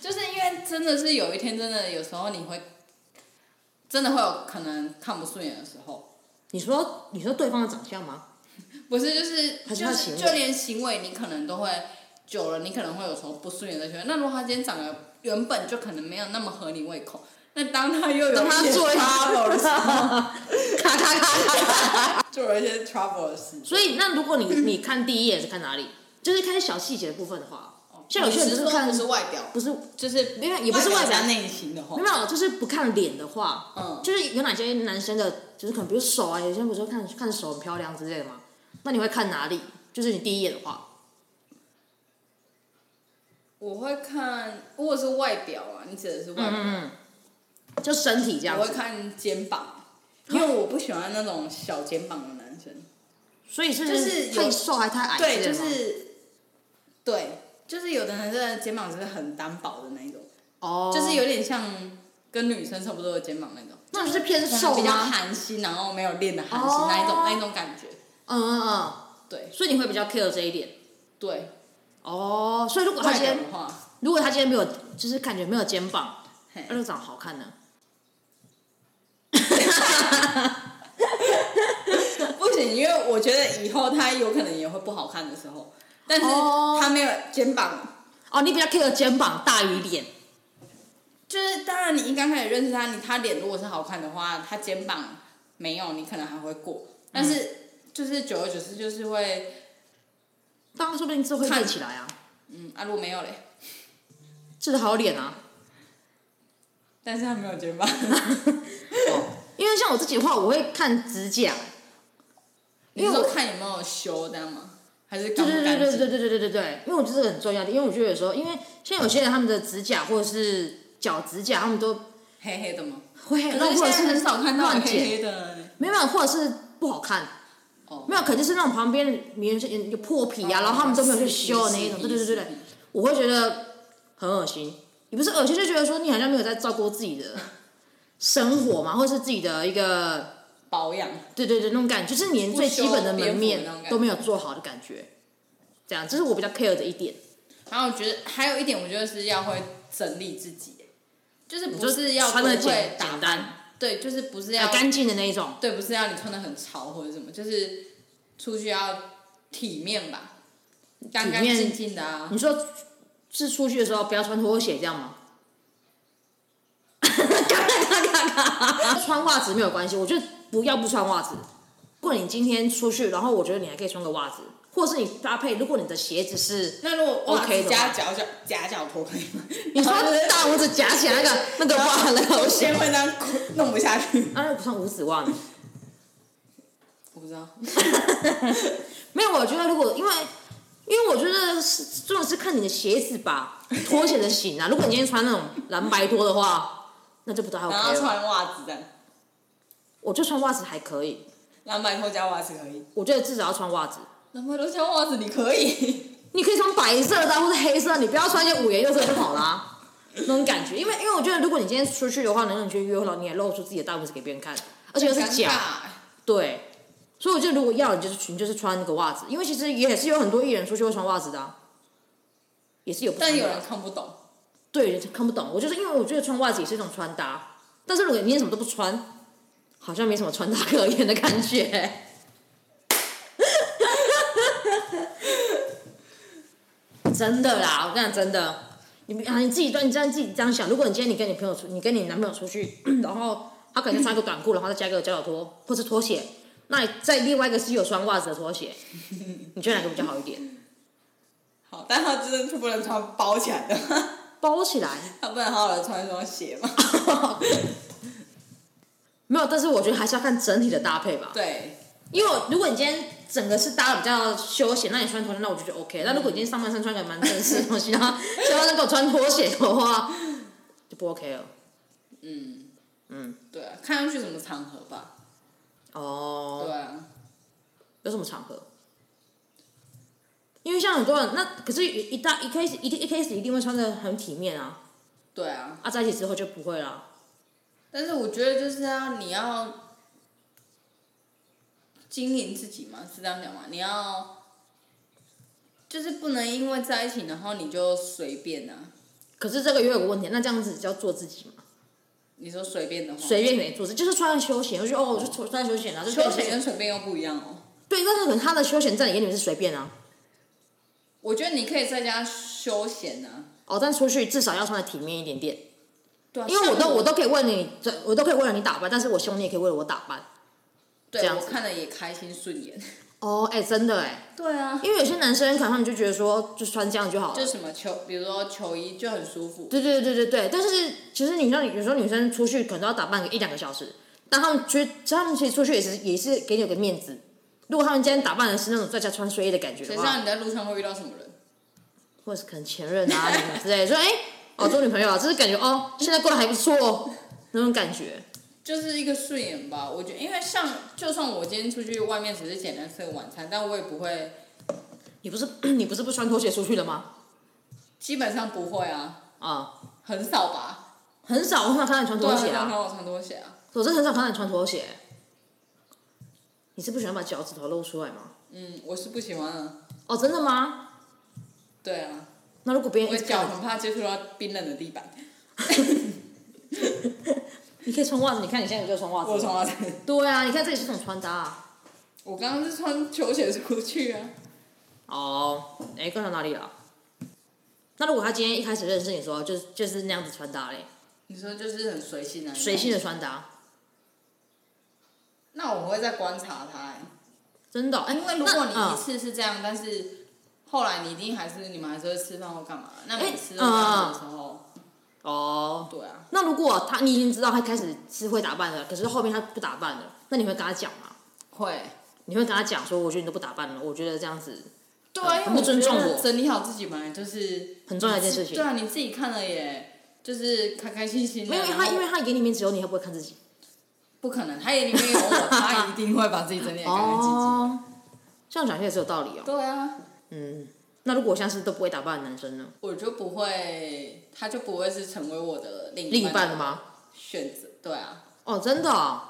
Speaker 2: 就是因为真的是有一天，真的有时候你会，真的会有可能看不顺眼的时候，
Speaker 1: 你说你说对方的长相吗？
Speaker 2: 不是就是
Speaker 1: 还是
Speaker 2: 就
Speaker 1: 他
Speaker 2: 是
Speaker 1: 行为
Speaker 2: 就连行为你可能都会久了，你可能会有时候不顺眼的觉得，那如果他今天长得原本就可能没有那么合你胃口，那当他又有
Speaker 1: 当他啊
Speaker 2: 一些
Speaker 1: 做一
Speaker 2: trouble 的时候，
Speaker 1: 咔咔咔咔。
Speaker 2: 做了一些 trouble 的事情。
Speaker 1: 所以，那如果你你看第一眼是看哪里？就是看小细节的部分的话，像有些人哦
Speaker 2: 你
Speaker 1: 就是是
Speaker 2: 说
Speaker 1: 看
Speaker 2: 不是外表，
Speaker 1: 不是
Speaker 2: 就是
Speaker 1: 没有也不是外表
Speaker 2: 加内心的话
Speaker 1: 没，有，就是不看脸的话，
Speaker 2: 嗯
Speaker 1: 就是有哪些男生的，就是可能比如手啊，有些人不是说看看手很漂亮之类的嘛？那你会看哪里？就是你第一眼的话，
Speaker 2: 我会看，如果是外表啊，你指的是外表，
Speaker 1: 嗯就身体这样
Speaker 2: 我会
Speaker 1: 子。
Speaker 2: 看肩膀，因为我不喜欢那种小肩膀的男生。
Speaker 1: 所以是
Speaker 2: 就是有
Speaker 1: 太瘦还太矮之类
Speaker 2: 对，
Speaker 1: 的
Speaker 2: 就
Speaker 1: 啊吗？
Speaker 2: 是，对，就是有的男生的肩膀是很单薄的那一种，
Speaker 1: 哦，
Speaker 2: 就是有点像跟女生差不多的肩膀那种，
Speaker 1: 那就是偏瘦啊吗
Speaker 2: 比较寒心，然后没有练的寒心
Speaker 1: 哦
Speaker 2: 那一种那一种感觉。
Speaker 1: 嗯嗯嗯，
Speaker 2: 对
Speaker 1: 所以你会比较 care 这一点。
Speaker 2: 对，
Speaker 1: 哦，所以如果他
Speaker 2: 外
Speaker 1: 今
Speaker 2: 表
Speaker 1: 天
Speaker 2: 的话，
Speaker 1: 如果他今天没有，就是感觉没有肩膀，
Speaker 2: 嘿
Speaker 1: 那就长得好看呢。
Speaker 2: 不行，因为我觉得以后他有可能也会不好看的时候，但是
Speaker 1: 哦
Speaker 2: 他没有肩膀。
Speaker 1: 哦，你比较 care 肩膀大于脸。
Speaker 2: 就是当然，你一刚开始认识他，你他脸如果是好看的话，他肩膀没有，你可能还会过。但是、
Speaker 1: 嗯
Speaker 2: 就是久而久之，就是会
Speaker 1: 当然说不定这会看起来啊，
Speaker 2: 嗯，啊，如果没有嘞，
Speaker 1: 至少有脸啊。
Speaker 2: 但是他没有肩膀，
Speaker 1: 因为像我自己的话，我会看指甲。
Speaker 2: 你
Speaker 1: 因
Speaker 2: 是
Speaker 1: 为我
Speaker 2: 说看有没有修这样吗？还是
Speaker 1: 对
Speaker 2: 干不
Speaker 1: 对对
Speaker 2: 干
Speaker 1: 对对
Speaker 2: 净？
Speaker 1: 对对对对对，因为我觉得这个很重要的，因为我觉得有时候，因为像有些人他们的指甲或者是脚指甲，他们都
Speaker 2: 黑黑的吗？
Speaker 1: 会，
Speaker 2: 可
Speaker 1: 那
Speaker 2: 是
Speaker 1: 或者
Speaker 2: 现
Speaker 1: 是
Speaker 2: 在很少看到
Speaker 1: 乱
Speaker 2: 黑
Speaker 1: 剪，
Speaker 2: 黑的呢。
Speaker 1: 没有，或者是不好看。
Speaker 2: 哦
Speaker 1: 没有，可能就是那种旁边明明有破皮啊，
Speaker 2: 哦
Speaker 1: 然后他们都没有去修的那一种。对对对
Speaker 2: 是
Speaker 1: 对
Speaker 2: 是
Speaker 1: 对，我会觉得很恶心，也不是恶心，就觉得说你好像没有在照顾自己的生活嘛，或是自己的一个，
Speaker 2: 保养，
Speaker 1: 对对对，那种感觉，就是连最基本的门面
Speaker 2: 不修边幅的那种感觉
Speaker 1: 都没有做好的感觉。这样，这是我比较 care 的一点。
Speaker 2: 然后我觉得还有一点，我觉得是要会整理自己，就是
Speaker 1: 你
Speaker 2: 不
Speaker 1: 就是
Speaker 2: 要
Speaker 1: 穿
Speaker 2: 不
Speaker 1: 的
Speaker 2: 会
Speaker 1: 简
Speaker 2: 打
Speaker 1: 简
Speaker 2: 扮，
Speaker 1: 单，
Speaker 2: 对，就是不是
Speaker 1: 呃
Speaker 2: 要
Speaker 1: 干净的那一种。
Speaker 2: 对，不是要你穿的很潮或者什么，就是出去要体面吧，干干净净的啊。
Speaker 1: 你说是出去的时候不要穿拖鞋这样吗？ 穿袜子没有关系，我觉得不要不穿袜子。如果你今天出去，然后我觉得你还可以穿个袜子，或者是你搭配，如果你的鞋子是
Speaker 2: 那如果袜
Speaker 1: OK
Speaker 2: 子
Speaker 1: 的
Speaker 2: 加
Speaker 1: 话
Speaker 2: 脚脚夹脚拖可以吗？
Speaker 1: 你说 大拇指夹起来那个那个袜那个
Speaker 2: 我
Speaker 1: 我鞋，
Speaker 2: 先会这样弄不下去。
Speaker 1: 啊那不穿五指袜呢？
Speaker 2: 我不知道，
Speaker 1: 没有，我觉得如果因为因为我觉得是重要是看你的鞋子吧，拖鞋的型啊。如果你今天穿那种蓝白拖的话，那就不太 OK
Speaker 2: 然后
Speaker 1: 了。
Speaker 2: 穿袜子这样，
Speaker 1: 我就穿袜子还可以，
Speaker 2: 蓝白拖加袜子可以，
Speaker 1: 我觉得至少要穿袜子。
Speaker 2: 蓝白拖加袜子你可以。
Speaker 1: 你可以穿白色的啊或者黑色的，你不要穿一些五颜六色就好啦。那种感觉，因为因为我觉得，如果你今天出去的话，能让你去约会了，你也露出自己的大拇指给别人看，而且又是
Speaker 2: 很尴
Speaker 1: 假，
Speaker 2: 尬
Speaker 1: 对。所以我觉得，如果要你就是你就是穿那个袜子，因为其实也是有很多艺人出去会穿袜子的啊、也是有不穿
Speaker 2: 但
Speaker 1: 的啊。
Speaker 2: 有人看不懂，
Speaker 1: 对有人看不懂，我就是因为我觉得穿袜子也是一种穿搭，但是如果你今天什么都不穿，好像没什么穿搭可言的感觉。真的啦，我跟你讲真的，你们啊你自己端，你这样自己这样想，如果你今天你跟你朋友出，你跟你男朋友出去， 然后他可能就穿一个短裤，然后再加一个脚脚拖或是拖鞋，那你在另外一个是有穿袜子的拖鞋，你觉得哪个比较好一点？
Speaker 2: 好，但他真的就不能穿包起来的，
Speaker 1: 包起来。
Speaker 2: 他不能好好的穿一双鞋嘛？
Speaker 1: 没有，但是我觉得还是要看整体的搭配吧。
Speaker 2: 对，
Speaker 1: 因为我如果你今天整个是搭的比较休闲，那你穿拖鞋，那我就觉得 OK。那如果你今天上半身穿个蛮正式的东西，然后下半身给我穿拖鞋的话，就不 OK 了。
Speaker 2: 对啊，看上去什么场合吧，
Speaker 1: 哦，
Speaker 2: 对啊。
Speaker 1: 有什么场合？因为像很多人，那可是一一大一开始一定一开始一定会穿的很体面啊，
Speaker 2: 对啊，
Speaker 1: 啊在一起之后就不会啦。
Speaker 2: 但是我觉得就是要你要经营自己嘛，是这样讲吗？你要就是不能因为在一起，然后你就随便啊。
Speaker 1: 可是这个又有个问题，那这样子叫做自己嘛？
Speaker 2: 你说随便的话，
Speaker 1: 随便你做自己，就是穿休闲，我就哦，我就穿穿休闲啊，就
Speaker 2: 休闲跟随便又不一样哦。
Speaker 1: 对，但是可能他的休闲在你眼里面是随便啊。
Speaker 2: 我觉得你可以在家休闲啊，
Speaker 1: 哦，但出去至少要穿的体面一点点。
Speaker 2: 对啊，
Speaker 1: 因为我
Speaker 2: 像
Speaker 1: 都我都可以为你，我都可以为了你打扮，但是我希望你也可以为了我打扮。这
Speaker 2: 对
Speaker 1: 样
Speaker 2: 我
Speaker 1: 子
Speaker 2: 看了也开心顺眼。
Speaker 1: 哦，哎、真的哎、
Speaker 2: 对啊，
Speaker 1: 因为有些男生可能他们就觉得说，就穿这样就好了
Speaker 2: 就。什么球，比如说球衣就很舒服。
Speaker 1: 对对对对对，但是其实你像有时候女生出去可能都要打扮个一两个小时，但他们去，他们其实出去也是也是给你有个面子。如果他们今天打扮的是那种在家穿睡衣的感觉的
Speaker 2: 谁知
Speaker 1: 话
Speaker 2: 道，你在路上会遇到什么人？
Speaker 1: 或者是可能前任啊什么之类的，说哎、哦做女朋友啊，就是感觉哦现在过得还不错哦，那种感觉。
Speaker 2: 就是一个顺眼吧，我觉得，因为像就算我今天出去外面只是简单吃个晚餐，但我也不会，
Speaker 1: 你不是 你不是不穿拖鞋出去的吗？
Speaker 2: 基本上不会啊，
Speaker 1: 啊、
Speaker 2: 很少吧，
Speaker 1: 很少我很少看到你穿
Speaker 2: 对
Speaker 1: 拖
Speaker 2: 啊，很
Speaker 1: 鞋
Speaker 2: 少看
Speaker 1: 啊，
Speaker 2: 到我穿拖鞋啊，
Speaker 1: 我真的很少看到你穿拖鞋。你是不喜欢把脚趾头露出来吗？
Speaker 2: 嗯，我是不喜欢啊，
Speaker 1: 哦，真的吗？
Speaker 2: 对啊，
Speaker 1: 那如果别人
Speaker 2: 我
Speaker 1: 一直看
Speaker 2: 脚
Speaker 1: 你
Speaker 2: 很怕接触到冰冷的地板，
Speaker 1: 你可以穿袜子，你看你现在有在穿袜子
Speaker 2: 我
Speaker 1: 吗。
Speaker 2: 从来，
Speaker 1: 对啊，你看这也是种穿搭、啊。
Speaker 2: 我刚刚是穿球鞋出去啊，
Speaker 1: 哦，哎，刚到哪里了？那如果他今天一开始认识你说，就是就是那样子穿搭嘞，
Speaker 2: 你说就是很随性啊，
Speaker 1: 随性的穿搭，
Speaker 2: 那我会再观察他、欸，
Speaker 1: 真的哦、哎，
Speaker 2: 因为如果你
Speaker 1: 那嗯
Speaker 2: 一次是这样，但是后来你一定还是你们还是会吃饭或干嘛，那
Speaker 1: 哎
Speaker 2: 每次吃饭的时候，
Speaker 1: 嗯哦，
Speaker 2: 对啊。
Speaker 1: 那如果他你已经知道他开始是会打扮的，可是后面他不打扮了，那你会跟他讲吗？
Speaker 2: 会，
Speaker 1: 你会跟他讲说，我觉得你都不打扮了，我觉得这样子
Speaker 2: 对啊，
Speaker 1: 嗯
Speaker 2: 因为
Speaker 1: 很不尊重
Speaker 2: 觉得
Speaker 1: 我
Speaker 2: 整理好自己本来就是
Speaker 1: 很重要的一件事情
Speaker 2: 对。啊，你自己看了也就是开开心心的。
Speaker 1: 没有，因为
Speaker 2: 然后
Speaker 1: 他因为他眼里面只有你，他不会看自己。
Speaker 2: 不可能，他眼里面有我，他一定会把自己整 理得干干净净。
Speaker 1: 哦，这样讲也是有道理哦。
Speaker 2: 对啊，
Speaker 1: 嗯，那如果我像是都不会打扮的男生呢？
Speaker 2: 我就不会，他就不会是成为我的另
Speaker 1: 另一
Speaker 2: 一
Speaker 1: 半
Speaker 2: 半
Speaker 1: 的
Speaker 2: 的
Speaker 1: 吗？
Speaker 2: 选择。对啊，
Speaker 1: 哦，真的、哦，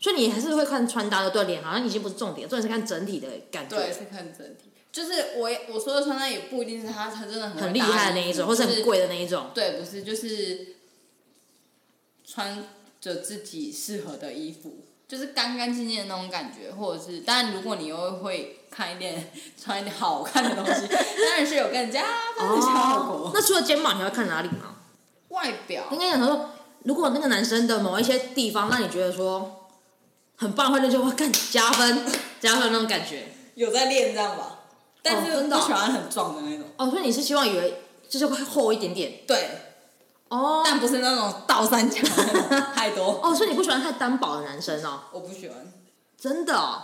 Speaker 1: 所以你还是会看穿搭的对脸，好像已经不是重点，重点是看整体的感觉。
Speaker 2: 对，是看整体。就是我也我说的穿搭也不一定是他，他真的
Speaker 1: 很
Speaker 2: 会
Speaker 1: 厉
Speaker 2: 搭
Speaker 1: 害的
Speaker 2: 你
Speaker 1: 那一种，或是很。
Speaker 2: 就
Speaker 1: 贵的那一种。
Speaker 2: 对，不是就是穿着自己适合的衣服，就是干干净净的那种感觉，或者是，当然如果你又会看一点穿一点好看的东西，当然是有更加的
Speaker 1: 哦
Speaker 2: 效果。
Speaker 1: 那除了肩膀，你还会看哪里吗？
Speaker 2: 外表
Speaker 1: 应该讲说，如果那个男生的某一些地方让你觉得说很棒，会那就会干加分， 加分那种感觉。
Speaker 2: 有在练这样吧，但是
Speaker 1: 哦
Speaker 2: 不
Speaker 1: 真的哦
Speaker 2: 喜欢很壮的那种。
Speaker 1: 哦，所以你是希望以为就是会厚一点点
Speaker 2: 对，
Speaker 1: 哦
Speaker 2: 但不是那种倒三角那种太多，
Speaker 1: 哦，所以你不喜欢太单薄的男生哦，
Speaker 2: 我不喜欢。
Speaker 1: 真的、哦，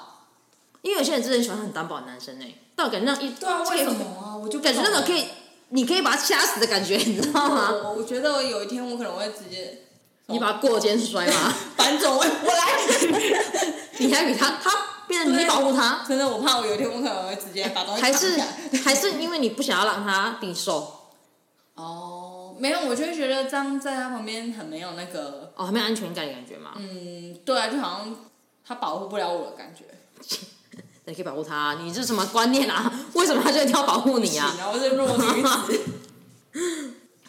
Speaker 1: 因为有些人真的喜欢很单薄的男生呢，但我感觉那一
Speaker 2: 对啊，为什么啊？我就
Speaker 1: 感觉那种可
Speaker 2: 以。
Speaker 1: 以，啊你可以把它掐死的感觉，你知道吗？
Speaker 2: 我我觉得有一天我可能会直接
Speaker 1: 你把它过肩摔吗？
Speaker 2: 反转，我我来。
Speaker 1: 你还比他，他变成你保护他，
Speaker 2: 真的，我怕我有一哦天我可能会直接把东西
Speaker 1: 还
Speaker 2: 藏起
Speaker 1: 是
Speaker 2: 来
Speaker 1: 还是因为你不想要让他比瘦
Speaker 2: 哦，没有，我就会觉得这样在他旁边很没有那个，
Speaker 1: 哦，很没有安全感的感觉嘛？
Speaker 2: 嗯，对啊，就好像他保护不了我的感觉。
Speaker 1: 你可以保护他，啊你这是什么观念啊？ 为什么他就一定要保护你啊？
Speaker 2: 然后是弱女子，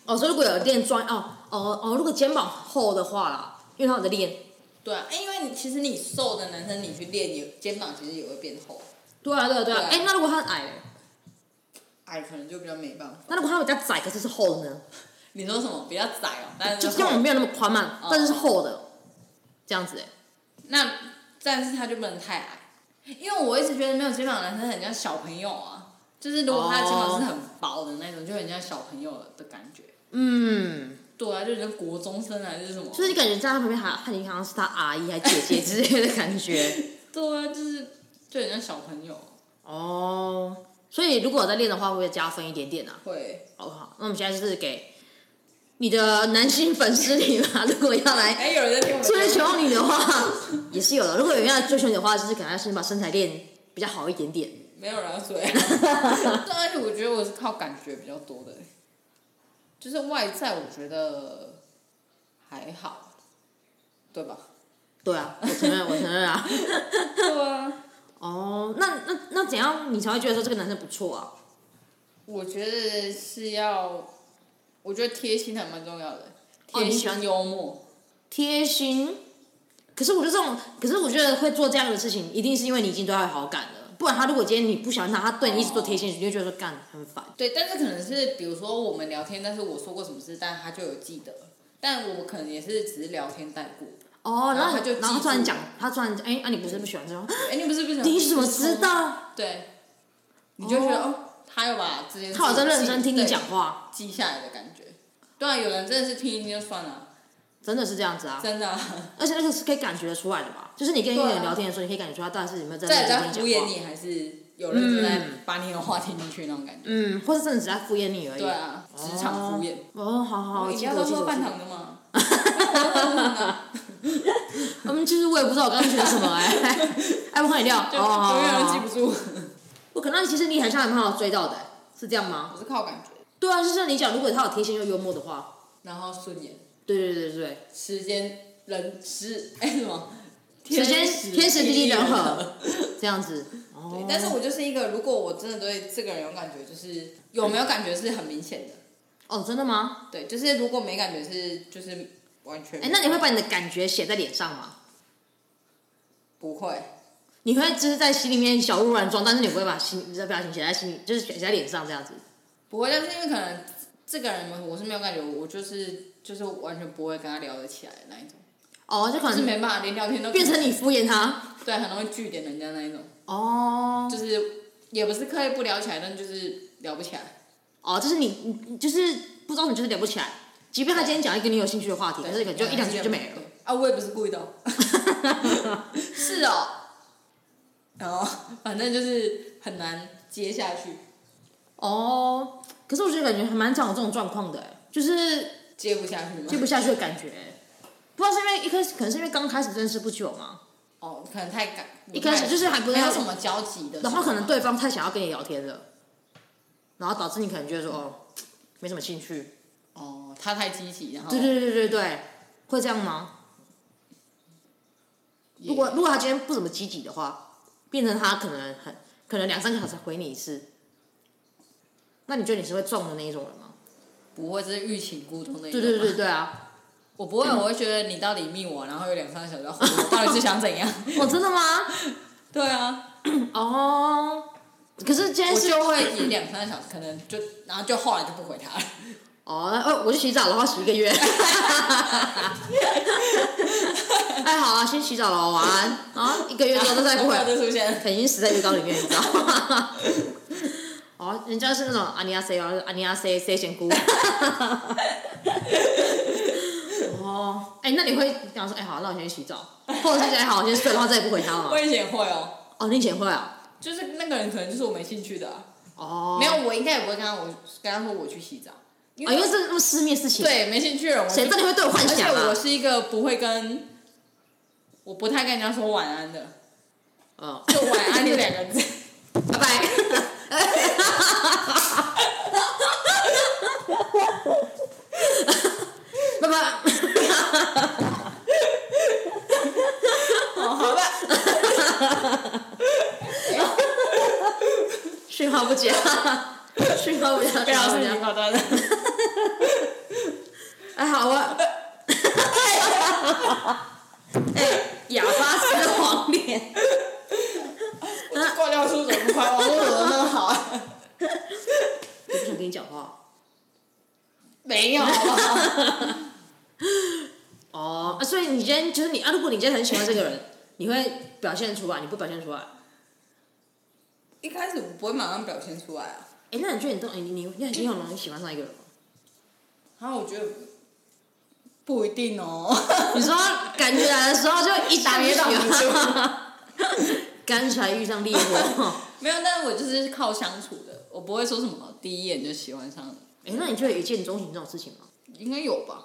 Speaker 1: 哦，所以如果有练专哦哦哦，如果肩膀厚的话啦，因为他有在练，
Speaker 2: 对啊，因为你其实你瘦的男生，你去练，你肩膀其实也会变厚，
Speaker 1: 对啊对啊对啊
Speaker 2: 对，啊
Speaker 1: 哎、那如果他很矮嘞，
Speaker 2: 矮可能就比较没办法。
Speaker 1: 那如果他比较窄，可是是厚的呢？
Speaker 2: 你说什么比较窄哦？但
Speaker 1: 就是肩膀没有那么宽嘛，但是是厚的，这样子哎、
Speaker 2: 那但是他就不能太矮，因为我一直觉得没有肩膀的男生很像小朋友啊，就是如果他的肩膀是很薄的那种，就很像小朋友的感觉。
Speaker 1: 嗯。
Speaker 2: 对啊，就人家国中生还是什么？
Speaker 1: 就是你感觉站在他旁边还还你好像是他阿姨还姐姐之类的感觉
Speaker 2: 对啊，就是就人家小朋友
Speaker 1: 哦。所以如果我在练的话，会加分一点点啊，
Speaker 2: 会。
Speaker 1: 好不好？那我们现在就是给你的男性粉丝里嘛， 如果要来
Speaker 2: 哎，有人在听我的
Speaker 1: 追
Speaker 2: 节目。
Speaker 1: 求你的话，也是有的。如果有人要追求你的话，就是可能要先把身材练比较好一点点。
Speaker 2: 没有人要追、啊。 对，而且我觉得我是靠感觉比较多的、欸就是外在我觉得还好，对 吧？
Speaker 1: 对啊，我承认，我承认啊。
Speaker 2: 对啊，
Speaker 1: 哦，那那那怎样你才会觉得说这个男生不错啊？
Speaker 2: 我觉得是要，我觉得贴心还蛮重要的，
Speaker 1: 哦
Speaker 2: 贴
Speaker 1: 你喜欢
Speaker 2: 心幽默。
Speaker 1: 贴心。可是我就这种，可是我觉得会做这样的事情，一定是因为你已经对他有好感了。不然他如果今天你不喜欢他，他对你一直做贴心，你就觉得说干很烦。
Speaker 2: 对，但是可能是比如说我们聊天，但是我说过什么事，但他就有记得，但我可能也是只是聊天带过。
Speaker 1: 哦，然
Speaker 2: 然后
Speaker 1: 后
Speaker 2: 他就
Speaker 1: 然后他
Speaker 2: 记
Speaker 1: 突然
Speaker 2: 住
Speaker 1: 讲，他突然讲，哎，啊，你不是不喜欢这种？
Speaker 2: 哎、你不是不是
Speaker 1: 你怎么知？道？
Speaker 2: 对，你就觉得哦，他有把这件 事
Speaker 1: 他有在认真听你
Speaker 2: 对
Speaker 1: 讲话，
Speaker 2: 记下来的感觉。对啊，有人真的是听一听就算了，
Speaker 1: 真的是这样子啊。
Speaker 2: 真的啊、
Speaker 1: 而且而且是可以感觉得出来的吧？就是你跟一个
Speaker 2: 对
Speaker 1: 人
Speaker 2: 啊
Speaker 1: 聊天的时候，你可以感觉出他到底是有没啊有在
Speaker 2: 在
Speaker 1: 认
Speaker 2: 在
Speaker 1: 真
Speaker 2: 敷
Speaker 1: 跟你讲
Speaker 2: 衍
Speaker 1: 话。
Speaker 2: 你，还是有人正在把你的话听进去那种感觉。
Speaker 1: 嗯，或是真的只在敷衍你而已。
Speaker 2: 对啊，职场敷衍。
Speaker 1: 哦，好好，我
Speaker 2: 我以
Speaker 1: 记
Speaker 2: 前
Speaker 1: 得
Speaker 2: 都
Speaker 1: 我记得
Speaker 2: 喝
Speaker 1: 我记
Speaker 2: 半
Speaker 1: 得。
Speaker 2: 糖的嘛，
Speaker 1: 嗯，其实我也不知道我刚刚学什么 哎，哎，我喝饮料。
Speaker 2: 就
Speaker 1: 哦好，好
Speaker 2: 永远都
Speaker 1: 好
Speaker 2: 记不住。
Speaker 1: 我可能其实你很像也蛮好追到的，是这样吗？
Speaker 2: 我是靠感觉，
Speaker 1: 对啊，就像你讲，如果他有贴心又幽默的话，
Speaker 2: 然后顺眼，
Speaker 1: 对对对对对，
Speaker 2: 时间人时哎什么？
Speaker 1: 时间天时地利人和
Speaker 2: 和。
Speaker 1: 这样子。
Speaker 2: 对
Speaker 1: 哦，，
Speaker 2: 但是我就是一个，如果我真的对这个人有感觉，就是有没有感觉是很明显的。
Speaker 1: 哦，真的吗？
Speaker 2: 对，就是如果没感觉是就是完全。
Speaker 1: 哎，那你会把你的感觉写在脸上吗？
Speaker 2: 不会？
Speaker 1: 你会就是在心里面小鹿乱撞，但是你不会把心这表情写在心里，就是写在脸上这样子。
Speaker 2: 不会，但是因为可能这个人我是没有感觉，我就是就是完全不会跟他聊得起来的那一种，
Speaker 1: 哦，就可
Speaker 2: 就是
Speaker 1: 能
Speaker 2: 没办法连聊天都
Speaker 1: 变成你敷衍他。
Speaker 2: 对，很容易据点人家那一种，
Speaker 1: 哦
Speaker 2: 就是也不是刻意不聊起来，但就是聊不起来。
Speaker 1: 哦，就是你你你就是不知道你就是聊不起来，即便他今天讲一个你有兴趣的话题，可是
Speaker 2: 对，
Speaker 1: 可能就一两句就没了
Speaker 2: 对。。啊，我也不是故意 的哦、是 哦。然后哦反正就是很难接下去，
Speaker 1: 哦，可是我觉得感觉还蛮常有这种状况的，哎就是
Speaker 2: 接不下去
Speaker 1: 接
Speaker 2: 嘛。
Speaker 1: 不下去的感觉。不知道是因为一开始，可能是因为刚开始认识不久嘛，
Speaker 2: 哦，可能太感，
Speaker 1: 一开始就是还不
Speaker 2: 没有什
Speaker 1: 太，
Speaker 2: 么交集的时候嘛，
Speaker 1: 然后可能对方太想要跟你聊天了，然后导致你可能觉得说哦，没什么兴趣，
Speaker 2: 哦，他太积极，然后
Speaker 1: 对对对对对，会这样吗？
Speaker 2: 也
Speaker 1: 如果如果他今天不怎么积极的话，变成他可能很可能两三个小时回你一次，那你觉得你是会中的那一种人吗？
Speaker 2: 不会是欲擒故纵那一
Speaker 1: 对
Speaker 2: 种。
Speaker 1: 对对，对啊！
Speaker 2: 我不 会，我会觉得你到底密我，然后有两三个小时要回我，到底是想 怎样？
Speaker 1: 哦，真的吗？
Speaker 2: 对啊，
Speaker 1: 哦，可是今天
Speaker 2: 我
Speaker 1: 是
Speaker 2: 就会以两三个小时，可能就然后就后来就不回他了。
Speaker 1: 哦，那哦，我去洗澡的话洗一个 月。哎，好啊，先洗澡了，晚安。啊，一个月之后再不回
Speaker 2: 然，后就出现，
Speaker 1: 肯定死在浴缸里面，你知道吗？ 哦，人家是那种阿尼亚 C 哦，阿尼亚 C C 仙姑。 哦，哎、那你会想说，哎、好，那我先去洗澡，或者是哎，好，我先睡，然后再也不回他了吗
Speaker 2: 我？以前也会哦，
Speaker 1: 哦，你以前会啊？
Speaker 2: 就是那个人可能就是我没兴趣的啊、
Speaker 1: 哦，
Speaker 2: 没有，我应该也不会跟他我跟他说我去洗澡，哦因
Speaker 1: 啊，因为
Speaker 2: 为
Speaker 1: 这是那么私密的事情，，
Speaker 2: 对没兴趣的人，我
Speaker 1: 谁知道你会对我幻
Speaker 2: 而且
Speaker 1: 想
Speaker 2: 我
Speaker 1: 啊？
Speaker 2: 是一个不会跟，我不太跟人家说晚安的，
Speaker 1: 嗯，
Speaker 2: 就晚安这两个字。
Speaker 1: 拜拜。拜拜。
Speaker 2: 哦，好吧，
Speaker 1: 讯号不佳，讯号不佳，
Speaker 2: 被
Speaker 1: 讯号不
Speaker 2: 老
Speaker 1: 佳
Speaker 2: 师你。搞到了。
Speaker 1: 哎，好啊。哦哎，哑巴吃的黄连。
Speaker 2: 挂掉书怎么快？网络怎么那么好啊？
Speaker 1: 我不想跟你讲话。
Speaker 2: 没 有，好不好？
Speaker 1: 哦，啊，所以你今天就是你啊，如果你今天很喜欢这个人，你会表现出来，你不表现出来。
Speaker 2: 一开始我不会马上表现出来啊，
Speaker 1: 哎，那你觉得你都，哎你你你很你很容易喜欢上一个人吗？
Speaker 2: 然啊后我觉得不一定哦，
Speaker 1: 你说感觉来的时候就一打
Speaker 2: 也挡不住。
Speaker 1: 干柴遇上烈 火。
Speaker 2: 没有，但是我就是靠相处的，我不会说什么第一眼就喜欢上你，
Speaker 1: 哎，那你觉得一见钟情这种事情吗？
Speaker 2: 应该有吧？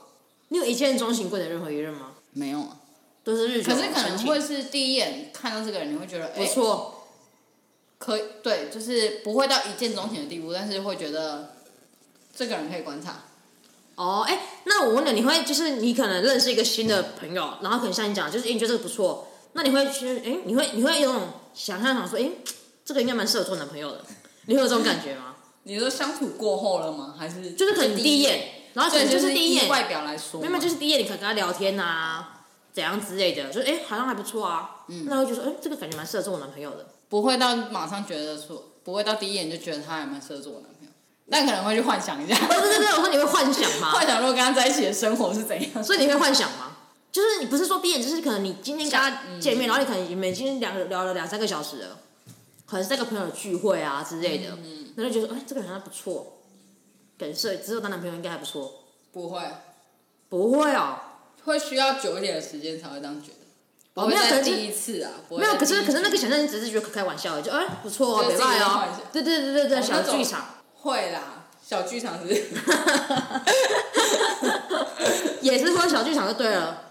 Speaker 1: 你有一见钟情过的任何一任吗？
Speaker 2: 没有啊，
Speaker 1: 都是日久
Speaker 2: 可是可
Speaker 1: 生
Speaker 2: 能
Speaker 1: 情
Speaker 2: 会是第一眼看到这个人，你会觉得
Speaker 1: 不
Speaker 2: 哎、
Speaker 1: 错，
Speaker 2: 可以，对，就是不会到一见钟情的地步，但是会觉得这个人可以观察。
Speaker 1: 哦，哎、那我问了，你会就是你可能认识一个新的朋友，然后可能像你讲，就是、诶你觉得这个不错，那你会去，哎、你会你会有种想象想说，哎、这个应该蛮适合做男朋友的，你会有这种感觉 吗？
Speaker 2: 你说相处过后了吗？还是
Speaker 1: 就是可能你第一，眼，然后可
Speaker 2: 对，
Speaker 1: 能就
Speaker 2: 就是
Speaker 1: 第一
Speaker 2: 以
Speaker 1: 眼，
Speaker 2: 外表来说嘛，
Speaker 1: 没有就是第一眼你可能跟他聊天啊，怎样之类的，就是哎、诶好像还不错啊，那会觉得说，哎、这个感觉蛮适合做我男朋友的。
Speaker 2: 不会到马上觉得说，不会到第一眼就觉得他还蛮适合做我男朋友。但可能会去幻想一下，
Speaker 1: 不是不是不是，我说你会幻想吗？
Speaker 2: 幻想如果跟他在一起的生活是怎样。
Speaker 1: 所以你会幻想吗？就是你不是说闭眼，就是可能你今天跟他见面，然后你可能你们今天两个聊了两三个小时了，可能是在跟朋友聚会啊之类的，那、就觉得哎、这个人好像不错，感觉之后当男朋友应该还不错，
Speaker 2: 不会，
Speaker 1: 不会哦，
Speaker 2: 会需要久一点的时间才会这样觉得。
Speaker 1: 哦
Speaker 2: 不会
Speaker 1: 没有
Speaker 2: 在
Speaker 1: 可是
Speaker 2: 第一次啊，不会
Speaker 1: 没有，
Speaker 2: 在
Speaker 1: 可是
Speaker 2: 第一
Speaker 1: 可是那
Speaker 2: 次
Speaker 1: 个小象只是觉得开玩笑，就哎、不错哦，
Speaker 2: 就是
Speaker 1: 没
Speaker 2: 自己
Speaker 1: 办
Speaker 2: 的
Speaker 1: 哦
Speaker 2: 幻想，
Speaker 1: 对对对对对，
Speaker 2: 哦
Speaker 1: 小
Speaker 2: 那种
Speaker 1: 剧场
Speaker 2: 会啦，小剧场是
Speaker 1: 也是说小剧场就对了，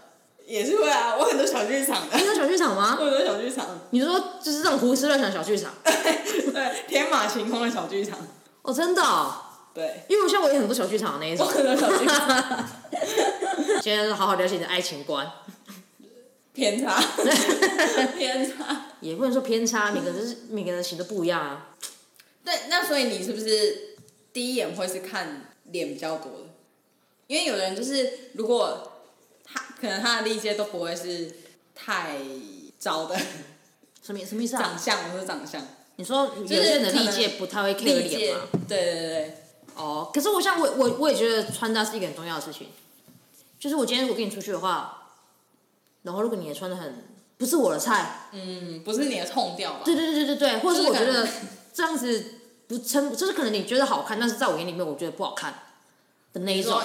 Speaker 2: 也是会啊，我很多小剧场的
Speaker 1: 你，有小剧场
Speaker 2: 我
Speaker 1: 吗？
Speaker 2: 很多小剧场，
Speaker 1: 你说就是这种胡思乱想的小剧场，
Speaker 2: 对，天马行空的小剧场，
Speaker 1: 哦，真的哦、
Speaker 2: 对，
Speaker 1: 因为我像我有很多小剧场的那一
Speaker 2: 我
Speaker 1: 种，
Speaker 2: 很多小剧场
Speaker 1: 今天好好了解你的爱情观。
Speaker 2: 偏差， 偏差。
Speaker 1: 也不能说偏差，每个人是每个人型都不一样啊。
Speaker 2: 对，那所以你是不是第一眼会是看脸比较多的？因为有的人就是如果他可能他的历届都不会是太糟的
Speaker 1: 什么什么意思
Speaker 2: 长
Speaker 1: 啊？
Speaker 2: 相，我说长相，
Speaker 1: 你说有
Speaker 2: 就是
Speaker 1: 些人的历
Speaker 2: 可
Speaker 1: 届
Speaker 2: 能
Speaker 1: 不太会 care
Speaker 2: 历届
Speaker 1: 脸吗？，
Speaker 2: 对对对对，
Speaker 1: 哦，可是我像我我我也觉得穿搭是一个很重要的事情。就是我今天如果跟你出去的话，然后如果你也穿的很不是我的菜，
Speaker 2: 嗯，不是你的痛调吧？
Speaker 1: 对对对对对对，或者是
Speaker 2: 就是
Speaker 1: 我觉
Speaker 2: 可
Speaker 1: 得
Speaker 2: 能
Speaker 1: 这样子不称，就是可能你觉得好看，但是在我眼里面我觉得不好看的那一
Speaker 2: 你
Speaker 1: 种
Speaker 2: 说。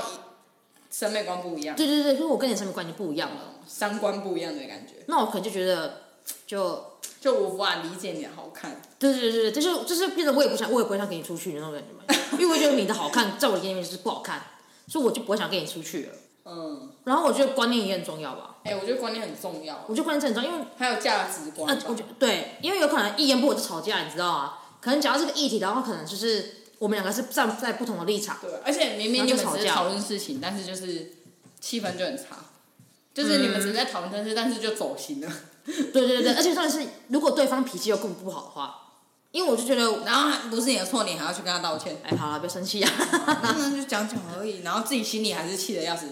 Speaker 2: 审美观不一样，
Speaker 1: 对对对，因为我跟你审美观就不一样了，
Speaker 2: 三观不一样的感觉，
Speaker 1: 那我可能就觉得就
Speaker 2: 就无法理解你的好看。
Speaker 1: 对对对对，就是就是变得我也不想，我也不会想跟你出去的那种感觉嘛，因为我觉得你的好看在我眼里面就是不好看，所以我就不会想跟你出去了。
Speaker 2: 嗯，
Speaker 1: 然后我觉得观念也很重要吧，
Speaker 2: 哎、我觉得观念很重要，
Speaker 1: 我觉得观念真的很重要，因为
Speaker 2: 还有价值观
Speaker 1: 呃
Speaker 2: 吧。，
Speaker 1: 我觉得对，因为有可能一言不合就吵架，你知道啊？可能讲到这个议题，然后可能就是我们两个是站在不同的立场，
Speaker 2: 对，而且明明你们
Speaker 1: 然后
Speaker 2: 只
Speaker 1: 就是吵架
Speaker 2: 讨论事情，但是就是气氛就很差，就是你们只是在讨论但是但是就走心了。
Speaker 1: 对对对对，而且重点是，如果对方脾气又更不好的话，因为我就觉得，，
Speaker 2: 然后还不是你的错，你还要去跟他道歉
Speaker 1: 哎，好了，不要生气啊，
Speaker 2: 那那就讲讲而已，然后自己心里还是气得要死，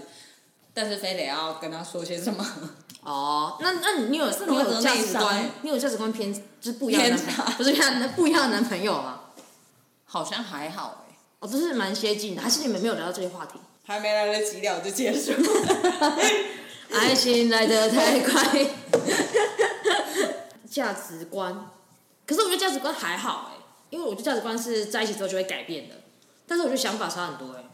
Speaker 2: 但是非得要跟他说些什么，
Speaker 1: 哦，那那你有
Speaker 2: 这
Speaker 1: 你
Speaker 2: 种
Speaker 1: 有价
Speaker 2: 内
Speaker 1: 值
Speaker 2: 伤
Speaker 1: 观
Speaker 2: 欸，
Speaker 1: 你有价值观偏就是不一样的男
Speaker 2: 偏
Speaker 1: 朋
Speaker 2: 差
Speaker 1: 友，不是不一样的不一样的男朋友吗？
Speaker 2: 好像还好哎、
Speaker 1: 哦，这是蛮接近的，还是你们没有聊到这些话题？
Speaker 2: 还没来得及聊就结束。
Speaker 1: 爱情来得太快， 价值观，可是我觉得价值观还好哎、因为我觉得价值观是在一起之后就会改变的，但是我觉得想法差很多哎、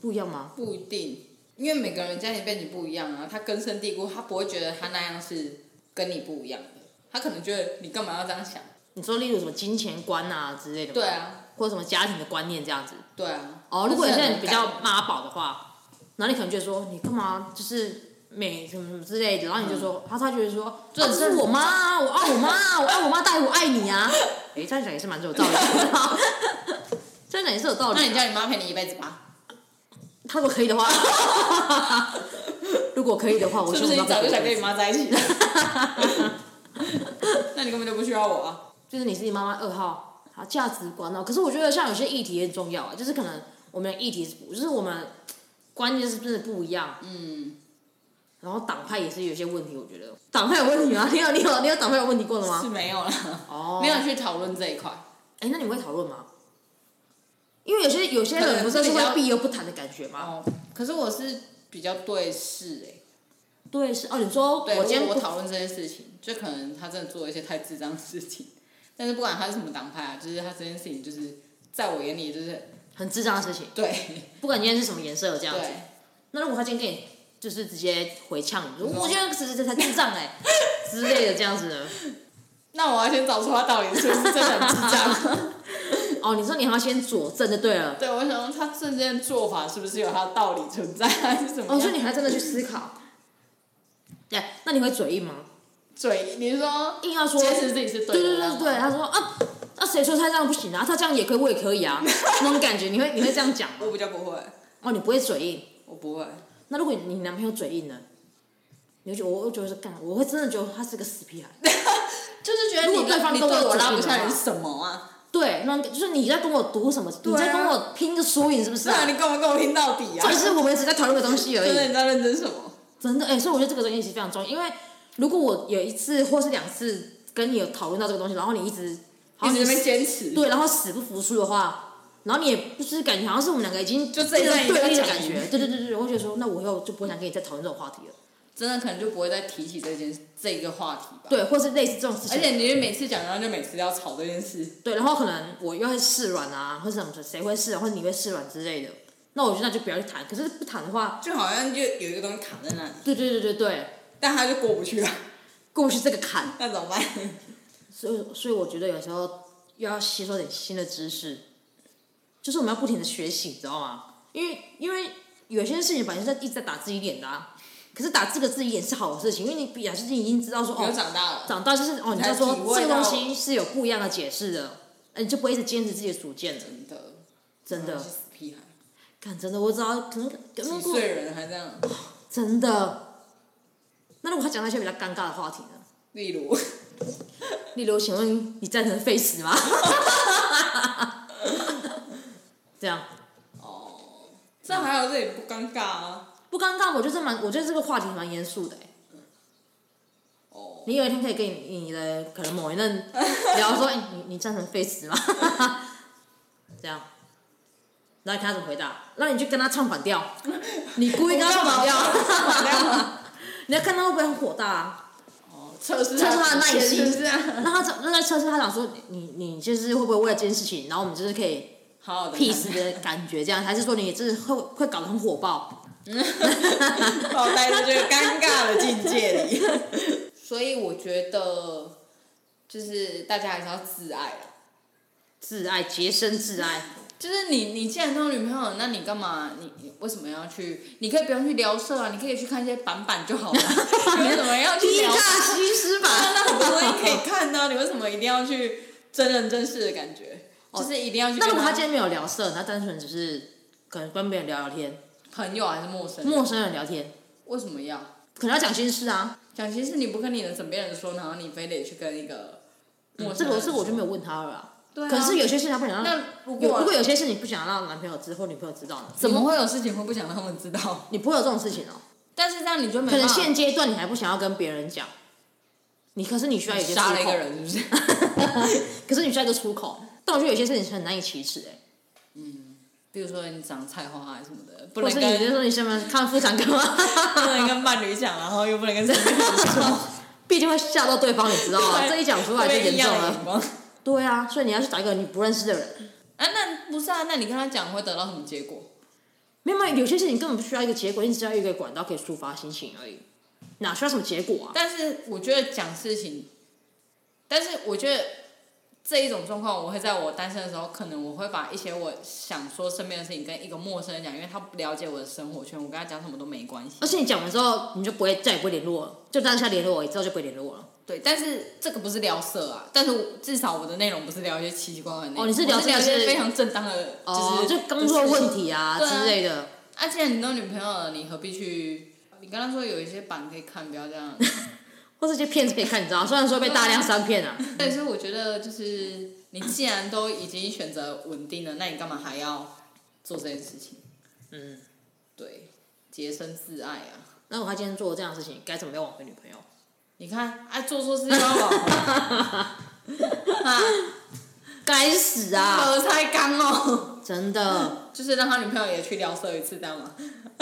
Speaker 1: 不一样吗？
Speaker 2: 不一定，因为每个人家庭背景不一样啊，他根深蒂固，他不会觉得他那样是跟你不一样的，他可能觉得你干嘛要这样想？
Speaker 1: 你说例如什么金钱观啊之类的，
Speaker 2: 对，啊，
Speaker 1: 或者什么家庭的观念这样子。
Speaker 2: 对啊。
Speaker 1: 哦，如果有些人比
Speaker 2: 这是
Speaker 1: 较
Speaker 2: 很
Speaker 1: 妈宝的话，然后你可能就说你干嘛就是美什么什么之类的，然后你就说，他他就会说，啊
Speaker 2: 这
Speaker 1: 这是我妈啊，我爱我妈 啊，我爱我妈大于我爱你啊。 诶，这样讲也是蛮有道理的， 这样讲也是有道
Speaker 2: 感
Speaker 1: 理
Speaker 2: 那
Speaker 1: 的。
Speaker 2: 你叫你妈陪你一辈子吧，
Speaker 1: 他如果可以的话， 如果可以的话， 我
Speaker 2: 是
Speaker 1: 希望
Speaker 2: 不是？
Speaker 1: 我妈
Speaker 2: 你早
Speaker 1: 可
Speaker 2: 就
Speaker 1: 以
Speaker 2: 想跟你妈在一起了， 那你根本就不需要我啊。
Speaker 1: 就是你是你妈妈二号，好价值观哦。可是我觉得像有些议题也很重要啊，就是可能我们的议题是不，就是我们观念是真的不一样。嗯。然后党派也是有一些问题，我觉得党派有问题吗？你有你有你有党派有问题过了
Speaker 2: 是
Speaker 1: 吗？
Speaker 2: 没有啦，
Speaker 1: 哦。
Speaker 2: 没有。去讨论这一块。
Speaker 1: 哎，那你们会讨论吗？因为有些有些
Speaker 2: 可
Speaker 1: 人
Speaker 2: 能
Speaker 1: 不是
Speaker 2: 比
Speaker 1: 是
Speaker 2: 较
Speaker 1: 会避而不谈的感觉吗？
Speaker 2: 哦，可是我是比较对视哎、
Speaker 1: 对，是哦。你说
Speaker 2: 对，
Speaker 1: 我今天
Speaker 2: 如果
Speaker 1: 不
Speaker 2: 我讨论这些事情，就可能他真的做了一些太智障的事情，但是不管他是什么党派啊，就是他这件事情，就是在我眼里就是
Speaker 1: 很智障的事情，
Speaker 2: 对
Speaker 1: 不管今天是什么颜色这样子。
Speaker 2: 对，
Speaker 1: 那如果他今天给你就是直接回呛你，说
Speaker 2: 你说
Speaker 1: 我觉得这这才智障哎、之类的这样子呢？
Speaker 2: 那我要先找出他到底是不是真的很智障。
Speaker 1: 哦，你说你还要先佐证就对了。
Speaker 2: 对，我想说他这件做法是不是有他的道理存在，啊还是怎么
Speaker 1: 哦，所
Speaker 2: 样？
Speaker 1: 以你还真的去思考。对，那你会嘴硬吗？
Speaker 2: 嘴，你是说
Speaker 1: 硬要说，
Speaker 2: 坚
Speaker 1: 对
Speaker 2: 持自己
Speaker 1: 对
Speaker 2: 是的
Speaker 1: 对对
Speaker 2: 那种，
Speaker 1: 对，他说啊，那、谁说他这样不行啊？他这样也可以，我也可以啊，那种感觉，你会你会这样讲吗？
Speaker 2: 我比较不会，
Speaker 1: 哦，你不会嘴硬。
Speaker 2: 我不会，
Speaker 1: 那如果你男朋友嘴硬呢？你会觉得我，我觉得是干，我会真的觉得他是个死屁孩。
Speaker 2: 就是觉得
Speaker 1: 如
Speaker 2: 你
Speaker 1: 果对
Speaker 2: 对
Speaker 1: 方
Speaker 2: 你
Speaker 1: 跟我
Speaker 2: 我
Speaker 1: 嘴
Speaker 2: 拉
Speaker 1: 硬的
Speaker 2: 不下来
Speaker 1: 话
Speaker 2: 是什么啊？
Speaker 1: 对，那就是你在跟我赌什么？你
Speaker 2: 啊
Speaker 1: 在跟我拼个输赢是不是、
Speaker 2: 对啊，你干嘛跟我拼到底啊
Speaker 1: 这？是我们只是在讨论个东西而
Speaker 2: 真
Speaker 1: 已
Speaker 2: 的。你在认真什么？
Speaker 1: 真的，哎、所以我觉得这个东西其实非常重要，因为如果我有一次或是两次跟你有讨论到这个东西，然后你一直好
Speaker 2: 一
Speaker 1: 像
Speaker 2: 直在那
Speaker 1: 你
Speaker 2: 边坚持，
Speaker 1: 对，然后死不服输的话，然后你也就是感觉好像是我们两个已经
Speaker 2: 就这一
Speaker 1: 对对
Speaker 2: 段已
Speaker 1: 立
Speaker 2: 经
Speaker 1: 的
Speaker 2: 在
Speaker 1: 感
Speaker 2: 讲
Speaker 1: 觉，对对对对对，我就觉得说，那我以后就不会想跟你再讨论这种话题了，
Speaker 2: 真的可能就不会再提起这件这个话题吧。
Speaker 1: 对，或是类似这种事
Speaker 2: 而
Speaker 1: 情，
Speaker 2: 且你就每次讲，然后就每次要吵这件事，
Speaker 1: 对，然后可能我又会试软啊，或者什么谁会试软，或者你会试软之类的，那我觉得那就不要去谈，可是不谈的话，
Speaker 2: 就好像就有一个东西卡在那里，
Speaker 1: 对对对对对，
Speaker 2: 但他就过不去了，
Speaker 1: 过不去这个坎，
Speaker 2: 那怎么 办？
Speaker 1: 所以，所以我觉得有时候要吸收点新的知识，就是我们要不停的学习，你知道吗？因为因为有些事情本来是在一直在打自己脸的、啊，可是打这个自己脸是好的事情，因为你表示你已经知道说
Speaker 2: 我
Speaker 1: 哦，
Speaker 2: 长大了，
Speaker 1: 长大就是哦，你知道
Speaker 2: 才
Speaker 1: 说
Speaker 2: 体会
Speaker 1: 这个
Speaker 2: 到
Speaker 1: 东西是有不一样的解释的，呃你就不会一直坚持自己的主见了。
Speaker 2: 真的，
Speaker 1: 真
Speaker 2: 我
Speaker 1: 的
Speaker 2: 是，死屁孩，
Speaker 1: 看真的，我只要可能可能
Speaker 2: 嗯几
Speaker 1: 过
Speaker 2: 岁人还这样，
Speaker 1: 真的。那如果他讲到一些比较尴尬的话题呢？
Speaker 2: 例如，
Speaker 1: 例如，请问你赞成废死吗？ 这样
Speaker 2: 哦， 这还好，这也不尴尬啊，
Speaker 1: 不尴尬，我觉得这蛮，我觉得这个话题蛮严肃的、欸。
Speaker 2: 哦，
Speaker 1: 你有一天可以跟你你的可能某一任聊说，哎、你你赞成废死吗？ 这样，然后你看他怎么回答，让你去跟他唱反调，你故意跟他唱反调， 你要看他会不会很火大、啊，
Speaker 2: 哦，测试
Speaker 1: 测试他的耐心
Speaker 2: 是不是啊？
Speaker 1: 让他测让他测试他想说，你你就是会不会为了这件事情，然后我们就是可以
Speaker 2: 好好的
Speaker 1: peace 的感觉，这样还是说你也是会会搞得很火爆？
Speaker 2: 把我带到这个尴尬的境界里。 所以我觉得，就是大家还是要自爱啦。
Speaker 1: 挚爱，洁身挚爱，
Speaker 2: 就是你，你既然都有女朋友，那你干嘛？你你为什么要去？你可以不用去聊色啊，你可以去看一些板板就好 了。你啊为什么要去
Speaker 1: 低
Speaker 2: 聊？
Speaker 1: 尬西施吧。
Speaker 2: 那很多东西可以看呢、你为什么一定要去真人真事的感觉？就是一定要 去
Speaker 1: 那
Speaker 2: 跟
Speaker 1: 如果他今
Speaker 2: 他
Speaker 1: 天没有聊色，他单纯只是可能跟别人聊聊天，
Speaker 2: 朋友还是陌生人？
Speaker 1: 陌生人聊天，
Speaker 2: 为什么要？
Speaker 1: 可能要讲心事啊。
Speaker 2: 讲其实你不跟你的枕边人说，然后你非得去跟一嗯个陌
Speaker 1: 这
Speaker 2: 生
Speaker 1: 个
Speaker 2: 人说、
Speaker 1: 这个我就没有问他了啦。
Speaker 2: 对啊
Speaker 1: 可是有些事情他不想让，
Speaker 2: 那如
Speaker 1: 有
Speaker 2: 果
Speaker 1: 如果有些事情不想让男朋友知或女朋友知道呢？
Speaker 2: 怎么会有事情会不想让他们知道？
Speaker 1: 你不会有这种事情哦、
Speaker 2: 但是这样你就没
Speaker 1: 可
Speaker 2: 办
Speaker 1: 能
Speaker 2: 法。
Speaker 1: 现阶段你还不想要跟别人讲，你可是你需要有些出
Speaker 2: 杀了一个
Speaker 1: 口，
Speaker 2: 人，是不是？
Speaker 1: 可是你需要一个出口。但我觉得有些事情是很难以启齿哎、
Speaker 2: 比如说你长菜花啊什么的，不
Speaker 1: 或
Speaker 2: 能
Speaker 1: 是
Speaker 2: 跟
Speaker 1: 你就说你什么看妇产科吗？
Speaker 2: 不能跟伴侣讲，然后又不能跟身边人说，
Speaker 1: 毕竟会吓到对方，你知道吗？
Speaker 2: 对
Speaker 1: 哦这一讲出来就
Speaker 2: 会
Speaker 1: 严
Speaker 2: 异
Speaker 1: 重
Speaker 2: 样的
Speaker 1: 了。
Speaker 2: 眼光。啊，
Speaker 1: 对啊，所以你要去找一个你不认识的人。
Speaker 2: 那不是啊？那你跟他讲会得到什么结果？
Speaker 1: 没有，没有有些事情根本不需要一个结果，你只要一个管道可以抒发心情而已，哪需要什么结果啊？
Speaker 2: 但是我觉得讲事情，但是我觉得这一种状况，我会在我单身的时候，可能我会把一些我想说身边的事情跟一个陌生人讲，因为他不了解我的生活圈，我跟他讲什么都没关系。
Speaker 1: 而且你讲完之后，你就不会再也不会联络了，就当下联络而已，之后就不会联络了。
Speaker 2: 对，但是这个不是聊色啊，但是我至少我的内容不是聊一些奇奇怪怪的内容，
Speaker 1: 哦你是聊
Speaker 2: 我是聊一
Speaker 1: 这
Speaker 2: 些
Speaker 1: 些
Speaker 2: 非常正当的，
Speaker 1: 哦，
Speaker 2: 是
Speaker 1: 就工作问。题啊
Speaker 2: 对啊
Speaker 1: 之类的，
Speaker 2: 啊，既然你都有女朋友了，你何必去？你刚刚说有一些版可以看，不要这 样。
Speaker 1: 或者一些片子可以看，你知道吗，虽然说被大量删片啊，
Speaker 2: 对，所以我觉得就是你既然都已经选择稳定了，那你干嘛还要做这件事情？
Speaker 1: 嗯，
Speaker 2: 对，洁身自爱啊！
Speaker 1: 那我他今天做这样的事情，该怎么样挽回女朋友？
Speaker 2: 你看，啊，做错事就 要挽回，
Speaker 1: 该死啊！
Speaker 2: 何才刚哦？
Speaker 1: 真的
Speaker 2: 就是让他女朋友也去聊色一次，这样吗？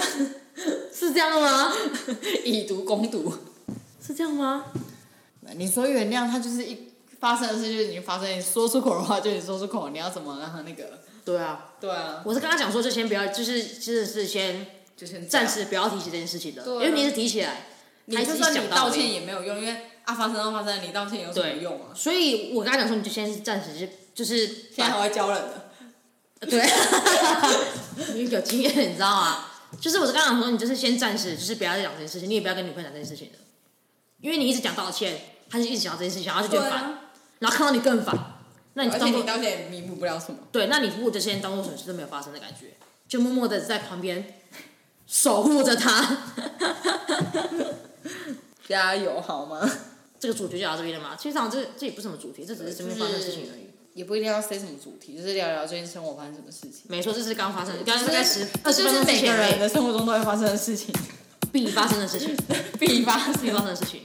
Speaker 1: 是这样吗？
Speaker 2: 以毒攻毒。
Speaker 1: 是这样吗？
Speaker 2: 你说原谅他，就是一发生的事就已经发生，你说出口的话就已经说出口，你要怎么让他那个？
Speaker 1: 对啊，
Speaker 2: 对啊，
Speaker 1: 我是跟他讲说，就先不要，就是真的是先
Speaker 2: 就先这样
Speaker 1: 暂时不要提起这件事情的，
Speaker 2: 对
Speaker 1: 因
Speaker 2: 啊
Speaker 1: 为你一直提起来，
Speaker 2: 你
Speaker 1: 还
Speaker 2: 就是算
Speaker 1: 想
Speaker 2: 你
Speaker 1: 到
Speaker 2: 道
Speaker 1: 而已
Speaker 2: 歉也没有用，因为啊发生都发生了，你道歉有什么
Speaker 1: 对
Speaker 2: 用啊？
Speaker 1: 所以我跟他讲说，你就先暂时就就是
Speaker 2: 现在 还会教人的，
Speaker 1: 对， 你有经验，你知道吗？就是我是刚讲说，你就是先暂时就是不要再讲这件事情，你也不要跟女朋友讲这件事情了，因为你一直讲道歉，他就一直想要这件事情，然后就觉得烦，
Speaker 2: 啊，
Speaker 1: 然后看到你更烦，那你就
Speaker 2: 而且
Speaker 1: 当
Speaker 2: 你
Speaker 1: 做
Speaker 2: 道歉也弥补不了什么。
Speaker 1: 对，那你不如就先当做什么事都没有发生的感觉，就默默的在旁边守护着他。
Speaker 2: 加油好吗？
Speaker 1: 这个主角就到这边了嘛，其实上这这也不是什么主题， 这只是身边发生的事情而已。
Speaker 2: 也不一定要 say 什么主题，就是聊聊最近生活发生什么事情。
Speaker 1: 没错，这是刚发生的，刚刚大概十
Speaker 2: 就
Speaker 1: 二十分
Speaker 2: 是
Speaker 1: 钟之
Speaker 2: 每个
Speaker 1: 前而
Speaker 2: 人
Speaker 1: 已
Speaker 2: 的生活中都会发生的事情，
Speaker 1: 必发生的事情，
Speaker 2: 必发
Speaker 1: 必
Speaker 2: 生
Speaker 1: 发。生的事情。